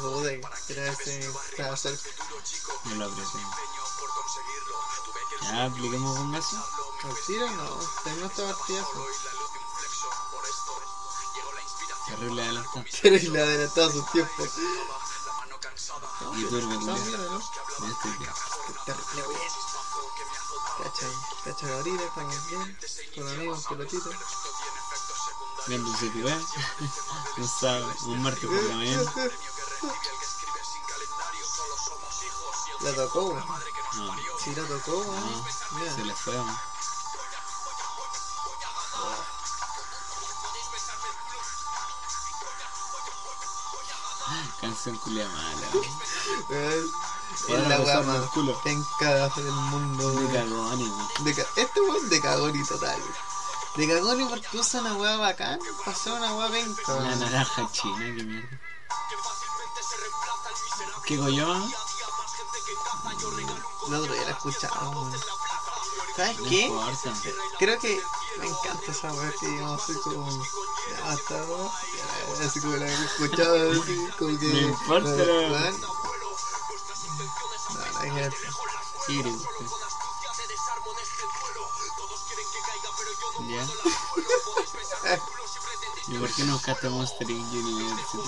joder, creo que se se va a hacer. No lo aprecio. Ya, apliquemos bongazo. ¿Al tiro no? Tengo esta partida. Terrible adelantado. Pero y la adelantado su tiempo. Y turbo, No, culiao. mira, ¿no? Ya estoy bien. Terrible, güey. Cacha, cacha Gabriel, estamos bien. Con amigos, pelotitos. Viendo si te ves. Un sábado, un martes por la mañana. La tocó, güey. Ah, No, Sí, la tocó, güey. no. Mira. Se le fue, man. Canción culia mala. man. Weón, Ahora Es Eh, la weá besarme el más culo. penca del mundo, De weón. cagón, man. De ca- Este weón de cagón y total. De cagón y porque usa una weá bacán, para hacer una weá penca. Una weón. naranja china, qué mierda. ¿Qué gollón? El otro día la escuchaba, weón. ¿Sabes No qué? importa. Creo que me encanta esa weá que yo así como. Ya basta, weón. Ya, weón, Así como la he escuchado, así como que. No importa, la- weón. weón. No, la dejé. Tigre, usted. Ya. ¿Y por qué no buscaste Monster Inc. University?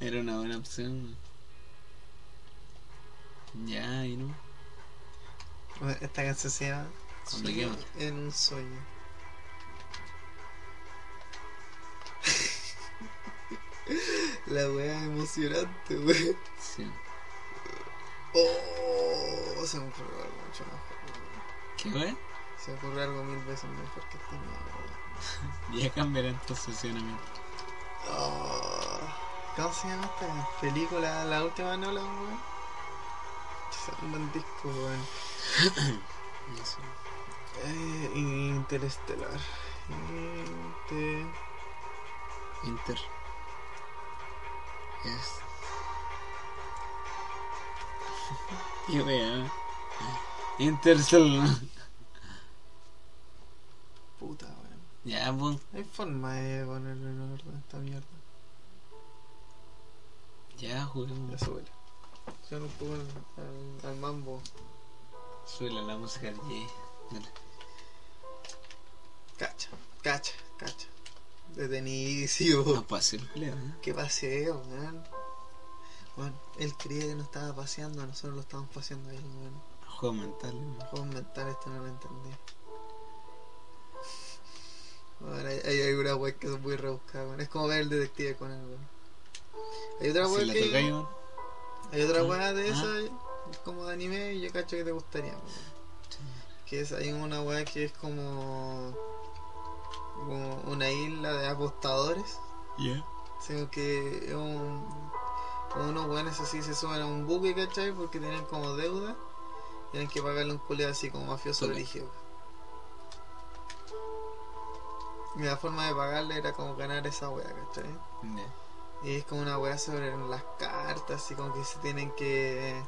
Era una buena opción. Ya, y no. Weón, Esta canción se llama. Apliquemos. En un sueño. La weá emocionante, weón. Sí. Oh, se me ocurrió algo mucho mejor. weón. ¿Qué fue? Se me ocurrió algo mil veces mejor que este esta mierda. weón. Ya cambiará entonces sí, amigo. Oh, ¿Cómo se llama esta película? La última de Nolan, weón. Es un buen disco, weón. No sé. Eh, interestelar. Inter... Inter. Es. Qué wea. Intercel. Puta, weón. Ya, bon. Hay forma de ponerle en orden esta mierda. Ya, Ya juguemos. súbele. Yo no puedo al, al mambo. Suela la música al Jay. Dale. Cacha, cacha, cacha. Detenidísimo. No pasa el culeo, ¿eh? Qué paseo, weón. Bueno, él creía que no estaba paseando, nosotros lo estábamos paseando a él, weón. Juego mental. ¿no? Juegos mentales, esto no lo entendí. Ahora hay, hay, hay una web que es muy rebuscada, weón. Es como ver el detective con él, weón. Hay otra Si web la que. tocáis, ¿no? Hay otra Ah, weá de ah. esa, como de anime, y yo cacho que te gustaría. weón. Que es, hay una weá que es como, como una isla de apostadores, Ya. sino que es un, como unos weones así se suben a un buque, ¿cachai? Porque tienen como deuda, tienen que pagarle un culeo así como mafioso Toma. brígido. Y la forma de pagarle era como ganar esa weá, ¿cachai? Ya. Y es como una weá sobre las cartas, así como que se tienen que.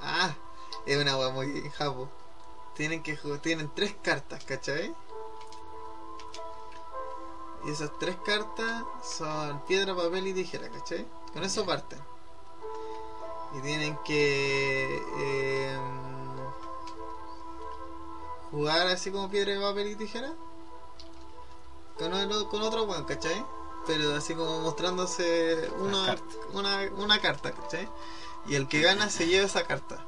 Ah, es una weá muy japo. Tienen que ju- tienen tres cartas, ¿cachai? Y esas tres cartas son piedra, papel y tijera, ¿cachai? Con eso parten. Y tienen que em, jugar así como piedra, papel y tijera con, el- con otro weón, ¿cachai? Pero así como mostrándose una, cartas. una, una carta, ¿cachai? Y el que gana se lleva esa carta.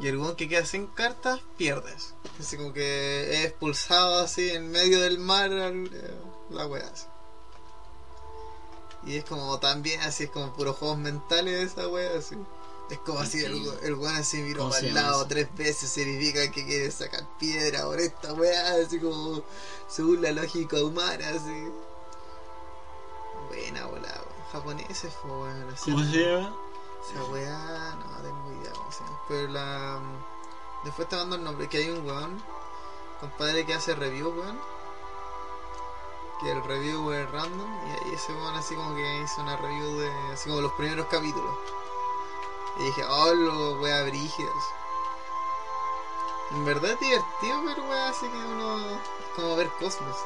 Y el weón que queda sin cartas, pierdes. Así como que es expulsado así en medio del mar al- eh, la wea así. Y es como también así, es como puros juegos mentales esa wea así. Es como así, el, we- el weón así miró ¿Cómo se para el llama lado eso? tres veces, significa que quiere sacar piedra por esta wea así como según la lógica humana, así. Buena bola, weón. japoneses, po, weón. así. ¿Cómo se llama? Esa weá, no tengo idea cómo se llama. Pero la. mm, Después te mando el nombre, que hay un weón, compadre que hace review, weón. Que el review es random, y ahí ese weón así como que hizo una review de. así como los primeros capítulos. Y dije, oh, lo weá brígidas. En verdad es divertido ver weá, así que uno. es como ver cosmos.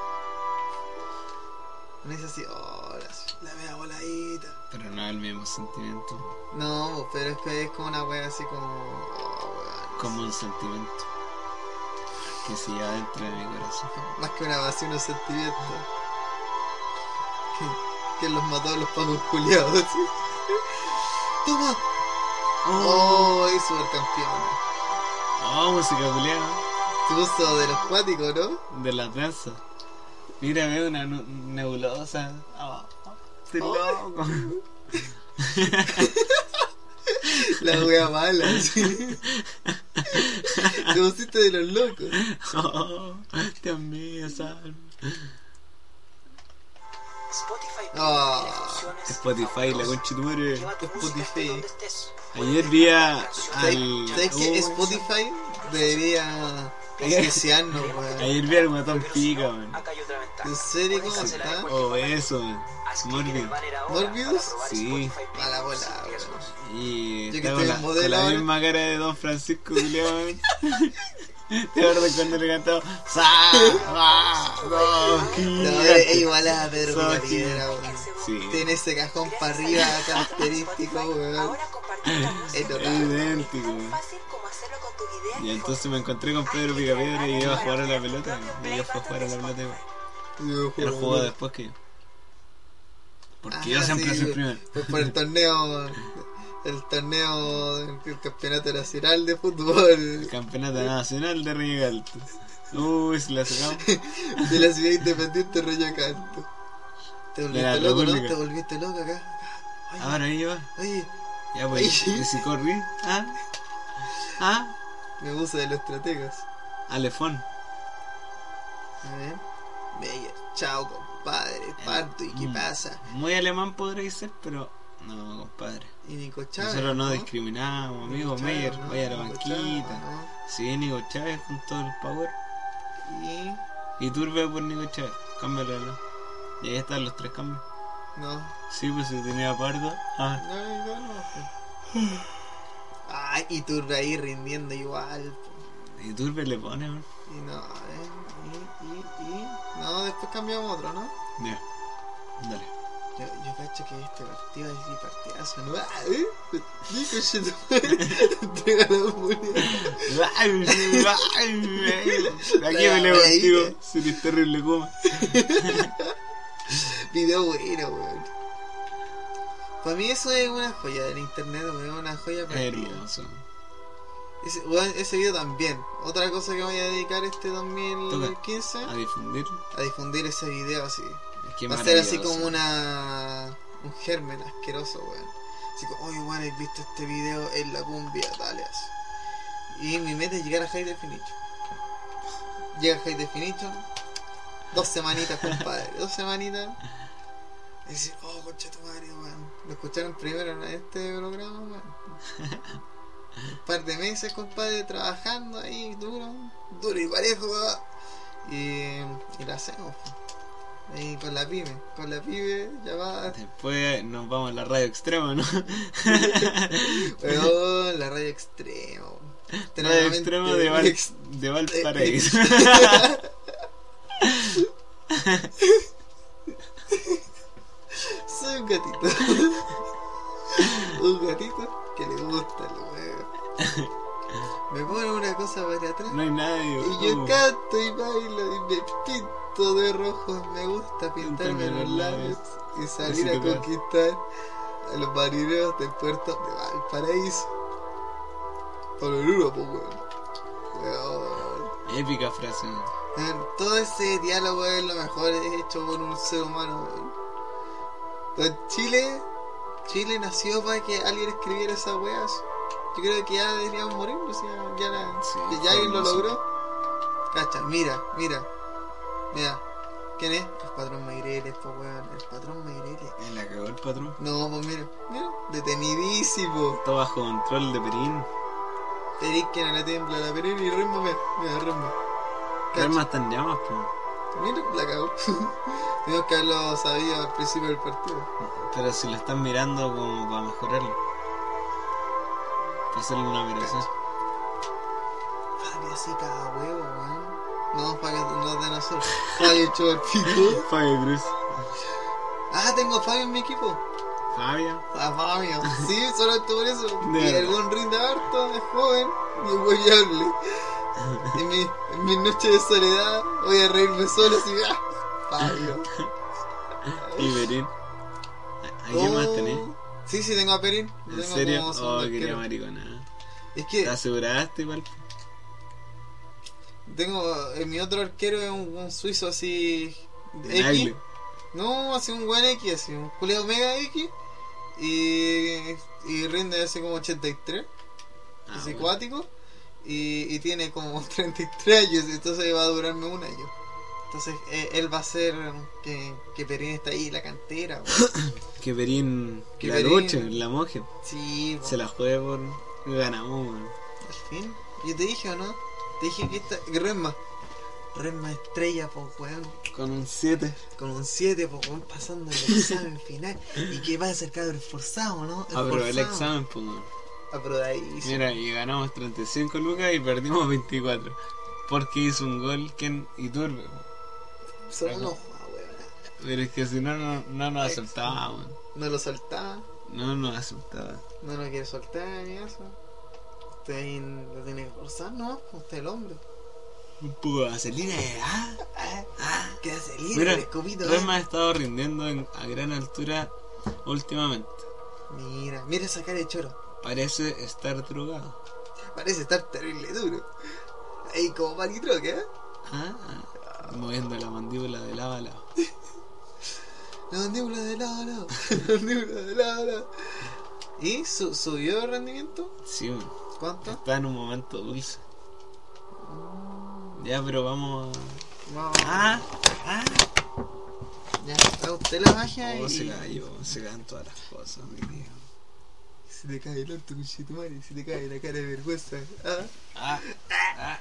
Uno dice así, oh, la, la mea voladita. Pero no el mismo sentimiento. No, pero es que es como una wea así como. oh, weón. Como un sentimiento. Que se lleva dentro de mi corazón. Más que una vacía, unos sentimientos. Que, que los mató a los pagos culiados. así. ¡Toma! ¡Oh! Y supercampeón. Oh, música culiada. Se puso de los cuáticos, ¿no? De las danzas. Mira, veo una nu- nebulosa. Oh, oh, estoy loco. La wea mala. sí. Te pusiste de los locos. Oh, Dios mío, salve. Spotify. Ah. tiene funciones Spotify, la fabulosas. conchetumare. Lleva tu Spotify. música donde estés. Ayer vi a. al. ¿Sabes Oh, que Spotify debería. auspiciarnos, weón? Ayer vi al matón pica, man. Acá hay otra ventaja. ¿En serio cómo Puedes se cancelar está? Oh, cualquier O eso, man. Haz clic en el Morbid. banner ahora para ¿Morbius? probar Sí. Spotify Premium A la bola, sin weón. riesgos. Y Yo que está estoy con la, en con modelo la ahora. misma cara de Don Francisco León. Te acuerdas cuando le cantaba ¡Sa! ¡No! Ah, No, es igual a Pedro Sos Picapiedra, El weón. segundo. Sí, Tiene ese cajón Gracias para a arriba la herramienta característico, Spotify, weón. Ahora compartir la música Es con otros idéntico, tan weón. fácil como hacerlo con tu video y y entonces foto. me encontré con Pedro Hazte Picapiedra y gratis iba a para jugar a la crear tu pelota. propio Y yo fui a playback jugar a la de pelota. Y Spotify. él jugó después que yo. Porque Ah, yo siempre sí, soy weón. primero. Fue por el torneo. El torneo del campeonato nacional de fútbol El campeonato nacional de Río Galto. Uy, se la sacamos. de la ciudad independiente Rayo Canto. Te la volviste loco, ¿no? República. Te volviste loco acá. Ahora ahí va. Oye, Ya pues, Ay. y si corrí. Ah. Ah. me gusta de los estrategas. Alefón. A ver. Meyer, chao compadre, parto y qué Mm. pasa. Muy alemán podréis ser, pero. No, compadre. Y Nico Chávez. Nosotros no ¿no? discriminamos, amigo Nico Meyer. Chávez, ¿no? Vaya a la Nico Chávez, banquita. ¿no? Si bien Nico Chávez con todo el power. Y Y Turbe por Nico Chávez. Cámbialo, ¿no? Y ahí están los tres cambios. no, no, Sí, pues si tenía pardo. Ah, no, no, pues. no. Ay, y Turbe ahí rindiendo igual. po. y Turbe le pone, man. Y no, a ver, y, y, y. No, después cambiamos otro, ¿no? Ya. Dale. Yo, yo cacho que este partido es mi partidazo, ¿no? Ah, ¿eh? Nico, shit, entrega la moneda. Ay, ay, ay. Aquí me leo contigo. Si eres terrible, coma. Video bueno, weón. Para mí eso es una joya del internet, weón, una joya perdida. Hermoso. Ese, weón, ese video también. Otra cosa que voy a dedicar este 2015 A difundir. a difundir ese video así. Qué Va a ser así maravilloso. como una. un germen asqueroso, weón. Así como, oye, weón, he visto este video en la cumbia, dale así. Y mi meta es llegar a High Definition. Llega a High Definition, dos semanitas, compadre, dos semanitas. Y decir, oh, concha tu madre, weón. Lo escucharon primero en este programa, weón. Un par de meses, compadre, trabajando ahí, duro, duro y parejo, weón. Y, y la hacemos, po. Ahí con la pibe, con la pibe llamada. Después nos vamos a la radio extrema, ¿no? Weón, la radio extremo. radio extrema de, Val, Ex- de Valparaíso. Soy un gatito. un gatito que le gusta el huevo. Me pone una cosa para atrás. No hay nadie. Y yo ¿cómo? canto y bailo y me pinto de rojo. Me gusta pintarme Pintarme los los labios y salir Así a tocar. conquistar a los marineros del puerto de Valparaíso. Por el uno, pues, weón. Weón. Épica frase. ¿no? Weón, Todo ese diálogo es lo mejor hecho por un ser humano, weón. Weón, Chile, Chile nació para que alguien escribiera esas weas. Yo creo que ya deberíamos morir, o sea, ya, la- Sí, que fue ya alguien lo hermoso. logró. Cacha, mira, mira, mira. ¿Quién es? El patrón Meireles, po weón, el patrón Meireles. Eh, La cagó el patrón. No, pues mira, mira, detenidísimo. Todo bajo control de Perín. Feliz que no le tiembla la perilla y rumbo, mira, mira, rumbo. Las armas están llamas, po. Mira, la cagó. Digo que lo sabía al principio del partido. Pero si lo están mirando como para mejorarlo. Para hacerle una operación. Fabio así cada huevo, weón. No, Fabio no es de nosotros. Fabio echó el pico. Fabio Cruz. Ah, tengo a Fabio en mi equipo. Fabio. A Fabio. Sí, solamente por eso. De Y verdad. el buen rinde harto, es joven y es hueviable. En mi, en mi noche de soledad voy a reírme solo así. ¡ah! Fabio. Y Perín. ¿A, a quién más Oh. tenés? Sí, sí, tengo a Perín. Lo ¿En tengo serio? como Oh, segundo quería arquero. mariconada. Es que ¿Te aseguraste igual? Tengo. eh, mi otro arquero es un, un suizo así. X. Nagle. No, así un buen X, así un culeo mega X. Y, y rinde así como 83, Ah, es bueno. acuático. Y, y tiene como 33 años, entonces va a durarme un año. Entonces eh, él va a ser que, que Perín está ahí, la cantera. weón. Que Perín. Que la Perín- luche, la moje. Sí, Se weón, la juegue por. Ganamos, weón. al fin. Yo te dije o no? Te dije que esta. Que Renma. Renma estrella, po, weón. Con un 7. con un 7 po, weón, pasando el examen final y que va a ser cabrón esforzado, ¿no? Aprobé el Esforzado. examen, po, weón. Aprobadísimo. Mira, y ganamos 35 lucas y perdimos 24. Porque hizo un gol Ken Iturbe. weón. Solo acá. no jugaba, weón. Pero es que si no, no, no nos aceptaba, weón. No lo soltaba, No nos aceptaba. no lo quiere soltar ni eso. Usted ahí lo tiene que forzar, ¿no? Usted es el hombre. Un poco de vaselina, eh, ah. ¿Qué hace libre, Mira, el escopito? eh. Rema ha estado rindiendo en- a gran altura últimamente. Mira, mira esa cara de choro. Parece estar drogado. Parece estar terrible duro. Ahí como maritroque, ¿eh? Ah, ah. moviendo la mandíbula de lado a lado. La mandíbula de lado a lado. La mandíbula de lado a lado. ¿Y su- subió el rendimiento? Sí, weón. ¿Cuánto? está en un momento dulce. Ya, pero vamos a... Vamos. Oh. Ah, ah. Ya, haga usted la magia Oh, y. se cayó, se caen todas las cosas, mi tío. Se te cae el orto, cuchitumari, se te cae la cara de vergüenza. Ah. Ah, ah.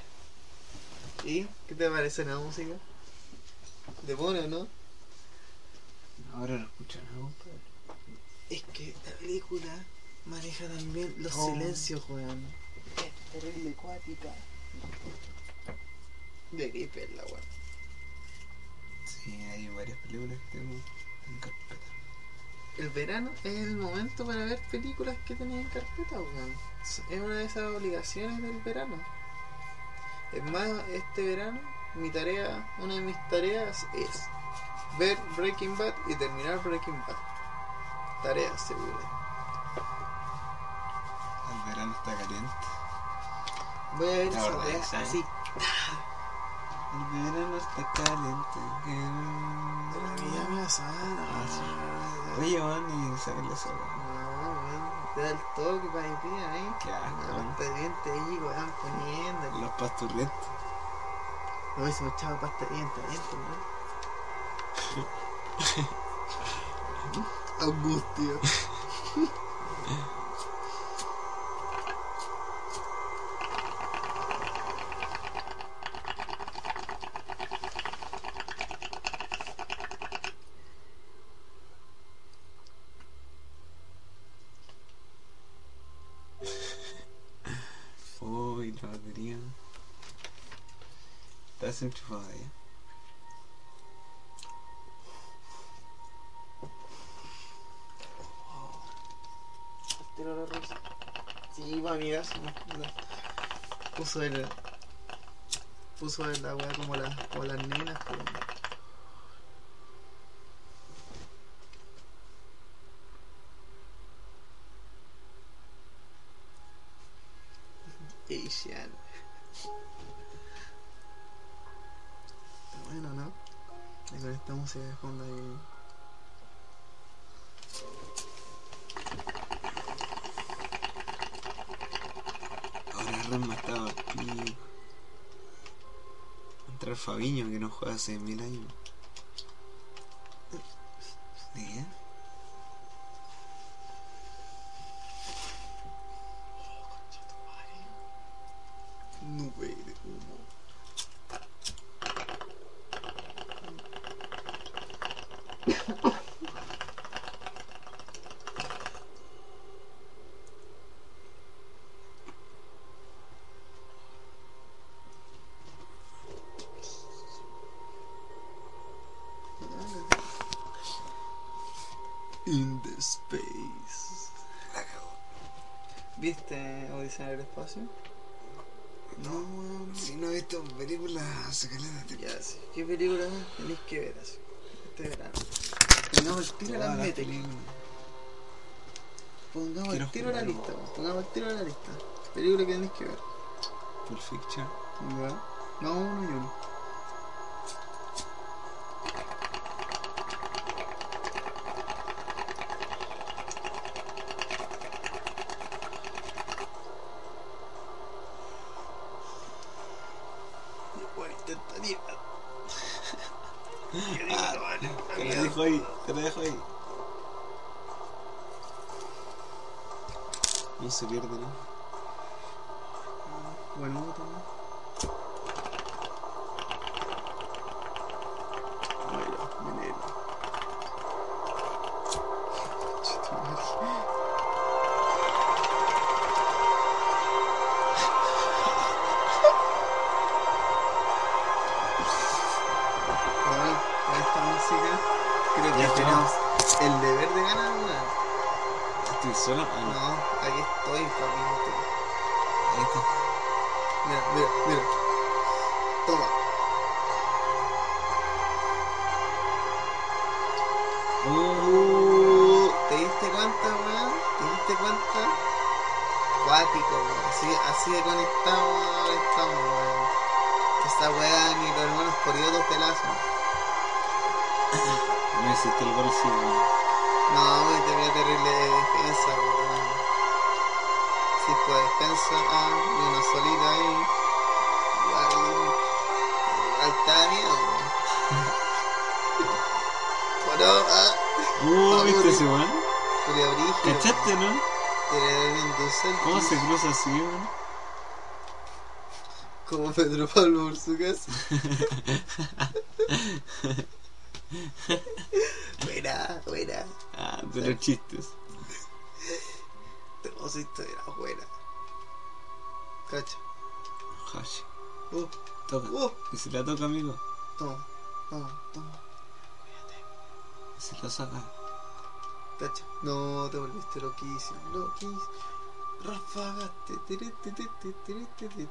¿Y qué te parece la música? ¿De mono, no? Ahora no escuchan nada, compadre. Es que la película maneja también los Oh. silencios, weón. Es terrible cuática. De qué perla, weón. Sí, hay varias películas que tengo en carpeta. El verano es el momento para ver películas que tenés en carpeta, weón. Es una de esas obligaciones del verano. Es más, este verano, mi tarea, una de mis tareas es ver Breaking Bad y terminar Breaking Bad. Tarea segura. El verano está caliente. Voy a ver La esa verdad wea es, ¿eh? así. El verano está Una caliente. vida mía Ah, sana. Oye, van y sacan la soga. No, weón, te da el toque para que pida, eh. Qué asco, No, weón. está bien, te digo, weón, poniéndole. Los pasturrientos. No, se me echaba pasta de dientes adentro, ¿no? Angustia. Uy, la batería. Estás enchufada ya. Tiro la rosa. Sí, pues, amigas. no, no. Puso el. Puso el, la weá como, la, como las nenas, pero. Asian. Este, Está bueno, ¿no? Y con esta música de fondo ahí. Ahora Rama estaba pico. Entrar Fabiño que no juega hace mil años. ¿De qué? Oh, Nube de humo. In the space. ¿Viste Odisea en el espacio? No, weón, si no he visto películas hace caleta de Ya, sí. ¿Qué película tenéis que ver así? Este verano. tiempo. el tiro a la meta. Pongamos Quiero el tiro a la jugarlo. lista, weón. pongamos el tiro a la lista. Película que tenéis que ver. Pulp Fiction. Ya. Vamos uno y uno. No puedo intentar ir. Te la dejo ahí, te la dejo ahí. No se pierde, ¿no? Bueno, otro, ¿no? Bueno, veneno. Chuta madre. Bueno, con esta música creo Ya que tenemos estamos. el deber de ganar una. Estoy solo. Ah, No, aquí estoy, papito. no. Ahí está. Mira, mira, mira. Toma. Oh, ¿Te diste cuenta, weón? ¿Te diste cuenta? Cuático, weón. Así, así de conectado ahora estamos, weón. Esta weá ni los hermanos Coriotos te la hacen. no hiciste el gol, sí, weón. No, weón, te veo terrible de defensa, weón. Cinco de defensa, ah, y una solita ahí. Igual, igual te da miedo, weón. Bueno, ah, Oh, ¿viste ese, weón? Julio Brigio. ¿Cachaste, no? Te le doy un dulce. ¿Cómo se cruza así, weón? Como Pedro Pablo por su casa. buena, buena. Ah, de los chistes. Te vos era buena. Cacha. Josh, Uh, toca. uh. Y si la toca, amigo, Toma, toma, toma. y si la saca. Cacha. No, te volviste loquísimo, loquísimo. Rafagaste. tere, te, te, te, tere, te, te.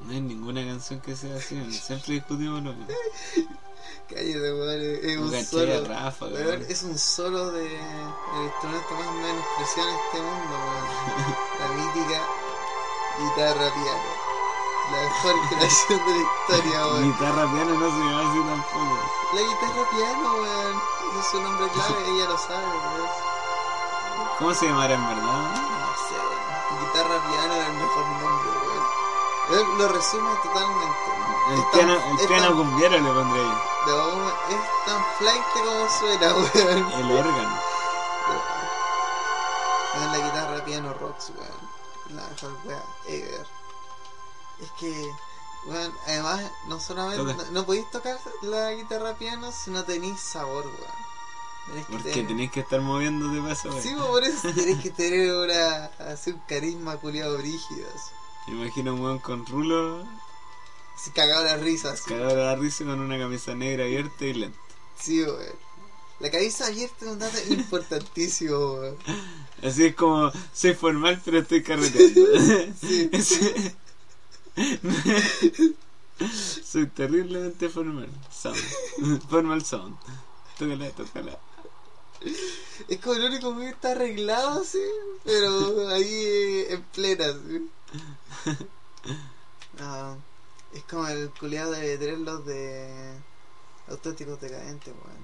No hay ninguna canción que sea así, weón. Siempre discutimos lo mismo. Cállate, weón. Es es No un caché a solo. Rafa, Weón, weón. es un solo de el instrumento más menospreciado en este mundo, weón. La mítica guitarra piano. La mejor creación de la historia, weón. Guitarra piano no se llama así tampoco. La guitarra piano, weón. Ese es su nombre clave, ella lo sabe, weón. ¿Cómo se llamará en verdad? No sé, weón. Guitarra piano es el mejor nombre, weón. Él lo resume totalmente. El Es tan- piano, es el piano tan- cumbiero le pondré ahí. no, es tan flight como suena, weón. El órgano. Es la guitarra piano rocks, weón. La mejor weá ever. Es que, weón, además, no solamente. Toca. No, no podéis tocar la guitarra piano si no tenéis sabor, weón. Tenés que Porque tener- tenés que estar moviéndote para eso, Sí, weón. pues, por eso tenés que tener una. Así un carisma culiado brígido. así. Me imagino un weón con rulo, Se cagaba la risa, así. cagado de la risa con una camisa negra abierta y lento. Sí, weón. La cabeza abierta es un dato importantísimo, weón. Así es como, soy formal pero estoy carreteando. Sí. Ese- Soy terriblemente formal. Sound. Formal sound. Tócala, tócala. Es como el único que está arreglado así, pero ahí eh, en plena. así. Ah, es como el culiado de los de auténticos decadentes, weón.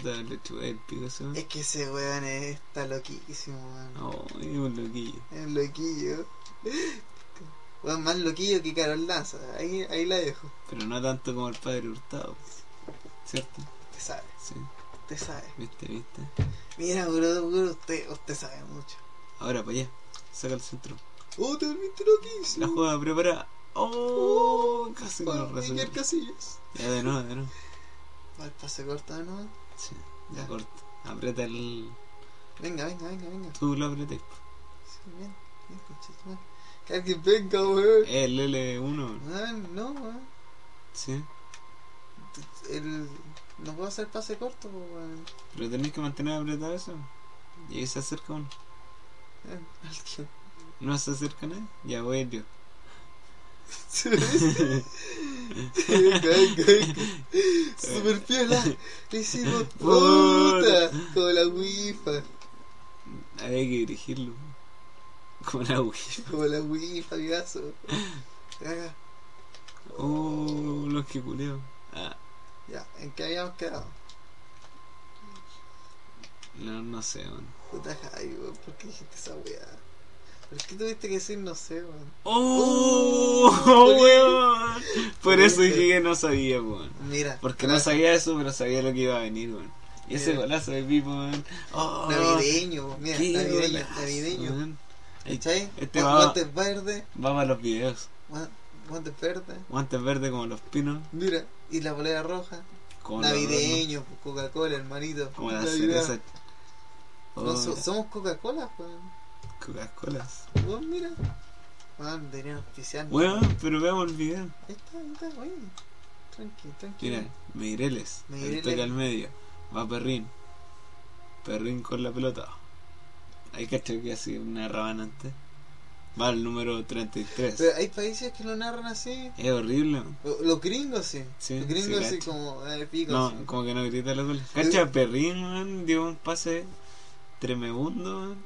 Puta, le chupé el pico eso. Es que ese weón es- está loquísimo, weón. Oh, es un loquillo. Es loquillo. Weón, más loquillo que Carol Lanza. Ahí, ahí la dejo. Pero no tanto como el padre Hurtado. ¿Cierto? Usted sabe, Sí, usted sabe. viste, viste. Mira, bro, bro, usted, usted sabe mucho. Ahora para allá. Saca el centro. Oh, te volviste loquísimo. La jugada preparada. Oh, casi no Juan lo Miguel resulta. Casillas. Ya de nuevo, de nuevo. Va el pase corto, ¿no? Sí, ya Ya. corta. Aprieta el. Venga, venga, venga, venga. Tú lo apreté. Sí, bien, bien, conchetumare. Que alguien venga, weón. El L1. Weón, no, weón. Sí. El... No puedo hacer pase corto, po, weón. Pero tenés que mantener apretado eso. Y ahí se acerca uno. Eh, Alguien. No se acerca nadie. Ya voy yo. venga, venga, venga. Super piola. Le hicimos puta. Como la wifa. Había que dirigirlo. Como la Wii. Como la wifa, vivazo. Venga, Oh, los que culeo. Ah, Ya, ¿en qué habíamos quedado? no, no sé, man. Puta Javi, weón. ¿Por qué dijiste esa weá? ¿Por qué tuviste que decir no sé, weón? ¡Oh! Oh, weón! Por eso Viste. dije que no sabía, weón. Mira. Porque no traje sabía eso, pero sabía lo que iba a venir, weón. Y ese Mira. golazo de Pipo, weón. ¡Oh! Navideño, weón. mira, qué navideño, golazo, navideño. weón. ¿Cachai? Este Gua- va, va Guantes verdes, para los videos. gua- guantes verdes. Guantes verdes como los pinos. Mira, y la bolera roja. Como los adornos, Navideño, pues, Coca-Cola, hermanito. Como las Navidad. cerezas. Oh, No, so- somos Coca-Cola, weón. Coca-Colas. Weón, mira. Weón, deberían auspiciarnos. Weón, pero veamos el video. Ahí está, ahí está, weón. Tranqui, tranqui. Mira, Meireles, el Meireles. toque al medio. Va Perrín. Perrín con la pelota. Hay cacho que así una rabana antes. Va el número 33. Pero hay países que lo narran así. Es horrible. man. Lo- Los gringos sí. Sí, Los gringos sí, sí, cacho. como eh, pico. No, así. como que no grita los goles. Cacha, Perrín, man, dio un pase tremebundo, man.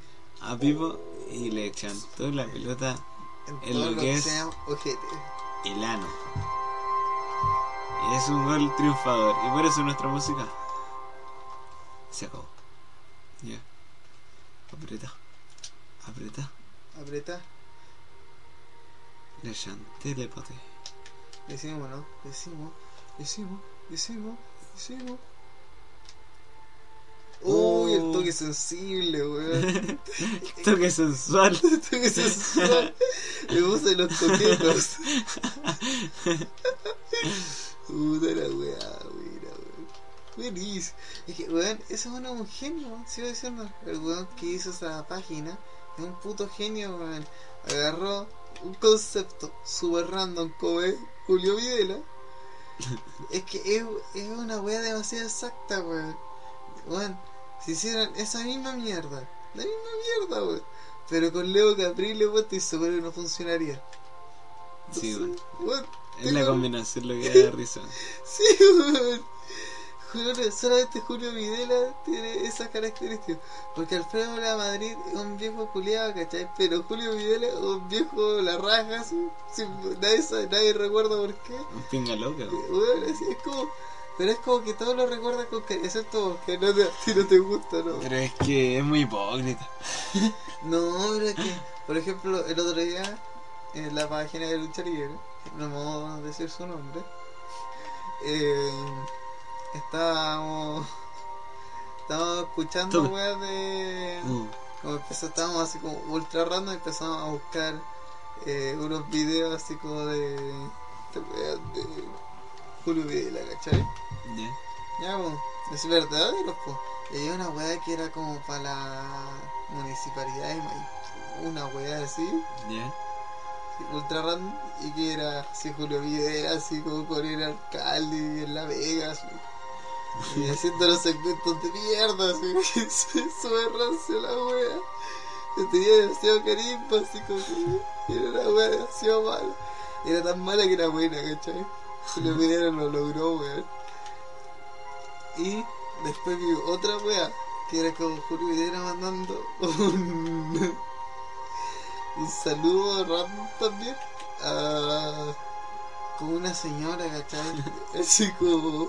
A Pipo y le chantó la pelota En en todo lo lo que que es- sea ojete. el ano. Y es un gol triunfador. Y por eso nuestra música se acabó. Ya. Apreta. Apreta. Apretá. Le chanté, le paté. Decimos, ¿no? Decimos, decimos, decimos, decimos. Uy, el toque sensible, weón. Toque sensual. El toque sensual. Le puse los coquetos. Puta la weá, mira, weón. Buenísimo. Es que, weón, ese es un genio, weón. Sigo diciendo. El weón que hizo esa página es un puto genio, weón. Agarró un concepto super random como es Julio Videla. Es que es, es una weá demasiado exacta, weón. Weón, si hicieran esa misma mierda, la misma mierda, weón. Pero con Leo Caprile, weón, estoy seguro que no funcionaría. Sí, Entonces, weón, Es la combinación lo que da risa. Sí, weón. Julio- solamente Julio Videla tiene esas características. Porque Alfredo de la Madrid es un viejo culiado, ¿cachai? Pero Julio Videla es un viejo de la raja, así, sin- nadie, sabe- nadie recuerda por qué. Un pinga loca. weón. Weón, así es como. Pero es como que todos lo recuerdan con cariño, excepto vos, que no te, si no te gusta, ¿no? Pero es que es muy hipócrita. No, pero es que, por ejemplo, el otro día, en la página de Lucha Libre, no puedo decir su nombre, eh, estábamos, estábamos escuchando Toma. weas de... Uh, Como empezó, estábamos así como ultra random y empezamos a buscar eh, unos videos así como de... de, weas de Julio Videla, ¿cachai? ya. Ya, po. es verdadero, po. Y había una weá que era como para la municipalidad de Maipú, una weá así, Ya. ultra random, y que era así Julio Videla, así como con el alcalde y en La Vega, así. Y haciendo los segmentos de mierda, así, súper rancio la weá. Te tenía demasiado carisma, así como que era una wea demasiado mala. Era tan mala que era buena, ¿cachai? Se lo pidieron, lo logró, weón. Y después vi otra wea, que era como Julio Videra mandando un, un saludo random también a como una señora, ¿cachai? Así como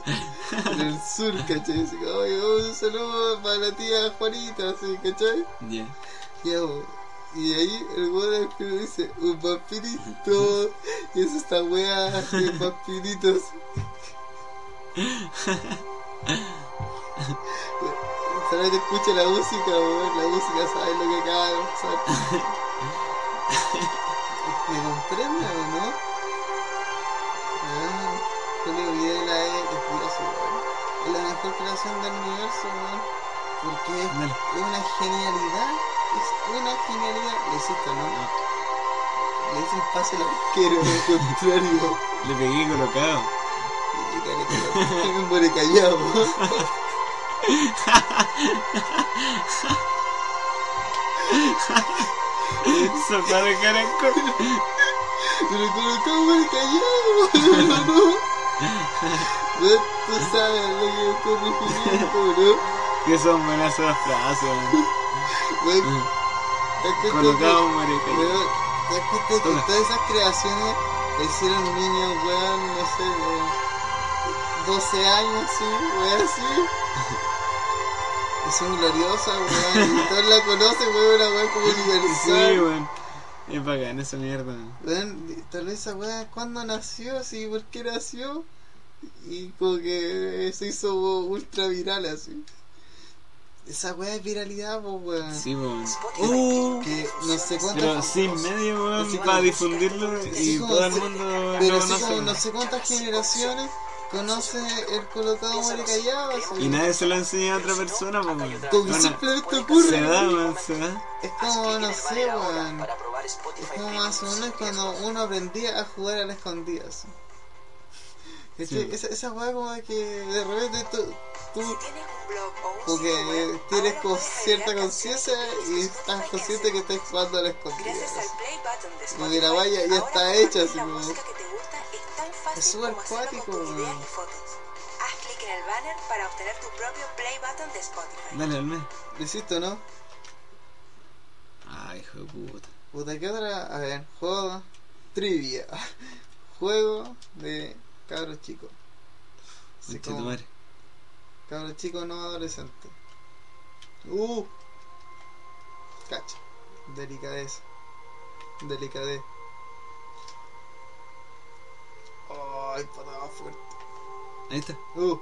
en el sur, ¿cachai? Así como, "Oye, un saludo para la tía Juanita, así, ¿cachai? Ya. Y, hago- y ahí el weón al final dice, un vampirito. Y es esta wea de vampiritos. Solamente escucha la música, weón. La música sabe lo que acaba de pasar. ¿Me comprende o no? Ah, Julio Videla E, es estudioso, weón. Es la mejor creación del universo, weón. Porque es Dale. es una genialidad, es una genialidad. Le hiciste, ¿no? Le hice el pase al arquero, al contrario. Le pegué colocado. Y dale, pero, Que me muere callado. Sopa de caracol. Pero como todo muere callado, no, no. No, Tú sabes a lo que me estoy refiriendo, Que son buenas esas frases, man. ¿no? Bueno, este ¿te das cuenta Colocado, que- marica. Weón, ¿te das cuenta que Hola. todas esas creaciones las hicieron niños, weón, no sé, de 12 años, sí, weón, así. Y son gloriosas, weón. Y todos la conocen, weón, una weón como Sí, universal. weón. Es bacán esa mierda, man. weón, tal vez esa weón, ¿cuándo nació? Sí, ¿por qué nació? Y como que se hizo ultra viral, así. Esa weón es viralidad, pues, weón. Sí, weón. Spotify Uh, Que no sé cuántas pero sin medio, Así weón, como- para difundirlo así y como todo el si- mundo lo Pero así como conoce. no man. sé cuántas generaciones conoce el colocado Mare Callado. así. Y nadie se lo ha enseñado a otra persona, pues, weón. Como Bueno, simplemente Se da, ocurre. man, se da. Es como, no sé, weón. Para probar Spotify este Es como más o menos cuando uno aprendía a jugar a las escondidas. Sí. Esa, esa weá como de que de repente tú, Si tú tienes un blog o un sitio porque web, tienes ahora como puedes cierta agregar conciencia canciones y gratis a estás Spotify consciente que estás jugando a las Gracias escondidas. al play button de Spotify, Como que la valla ya ahora está hecha, compartir así la como- música que te gusta es tan fácil Es súper como hacerlo con cuático, tus ideas weón. y fotos. Haz clic en el banner para obtener tu propio play button de Spotify. Dale, al mes. ¿Lo hiciste o no? Ay, hijo de puta. Puta, ¿qué otra? A ver, juego trivia. Juego de cabros chicos. Así Concha como tu madre. Cabros chicos no adolescente. Uh. Cacha. Delicadeza. Delicadez. Ay, patada fuerte. Ahí está. Uh.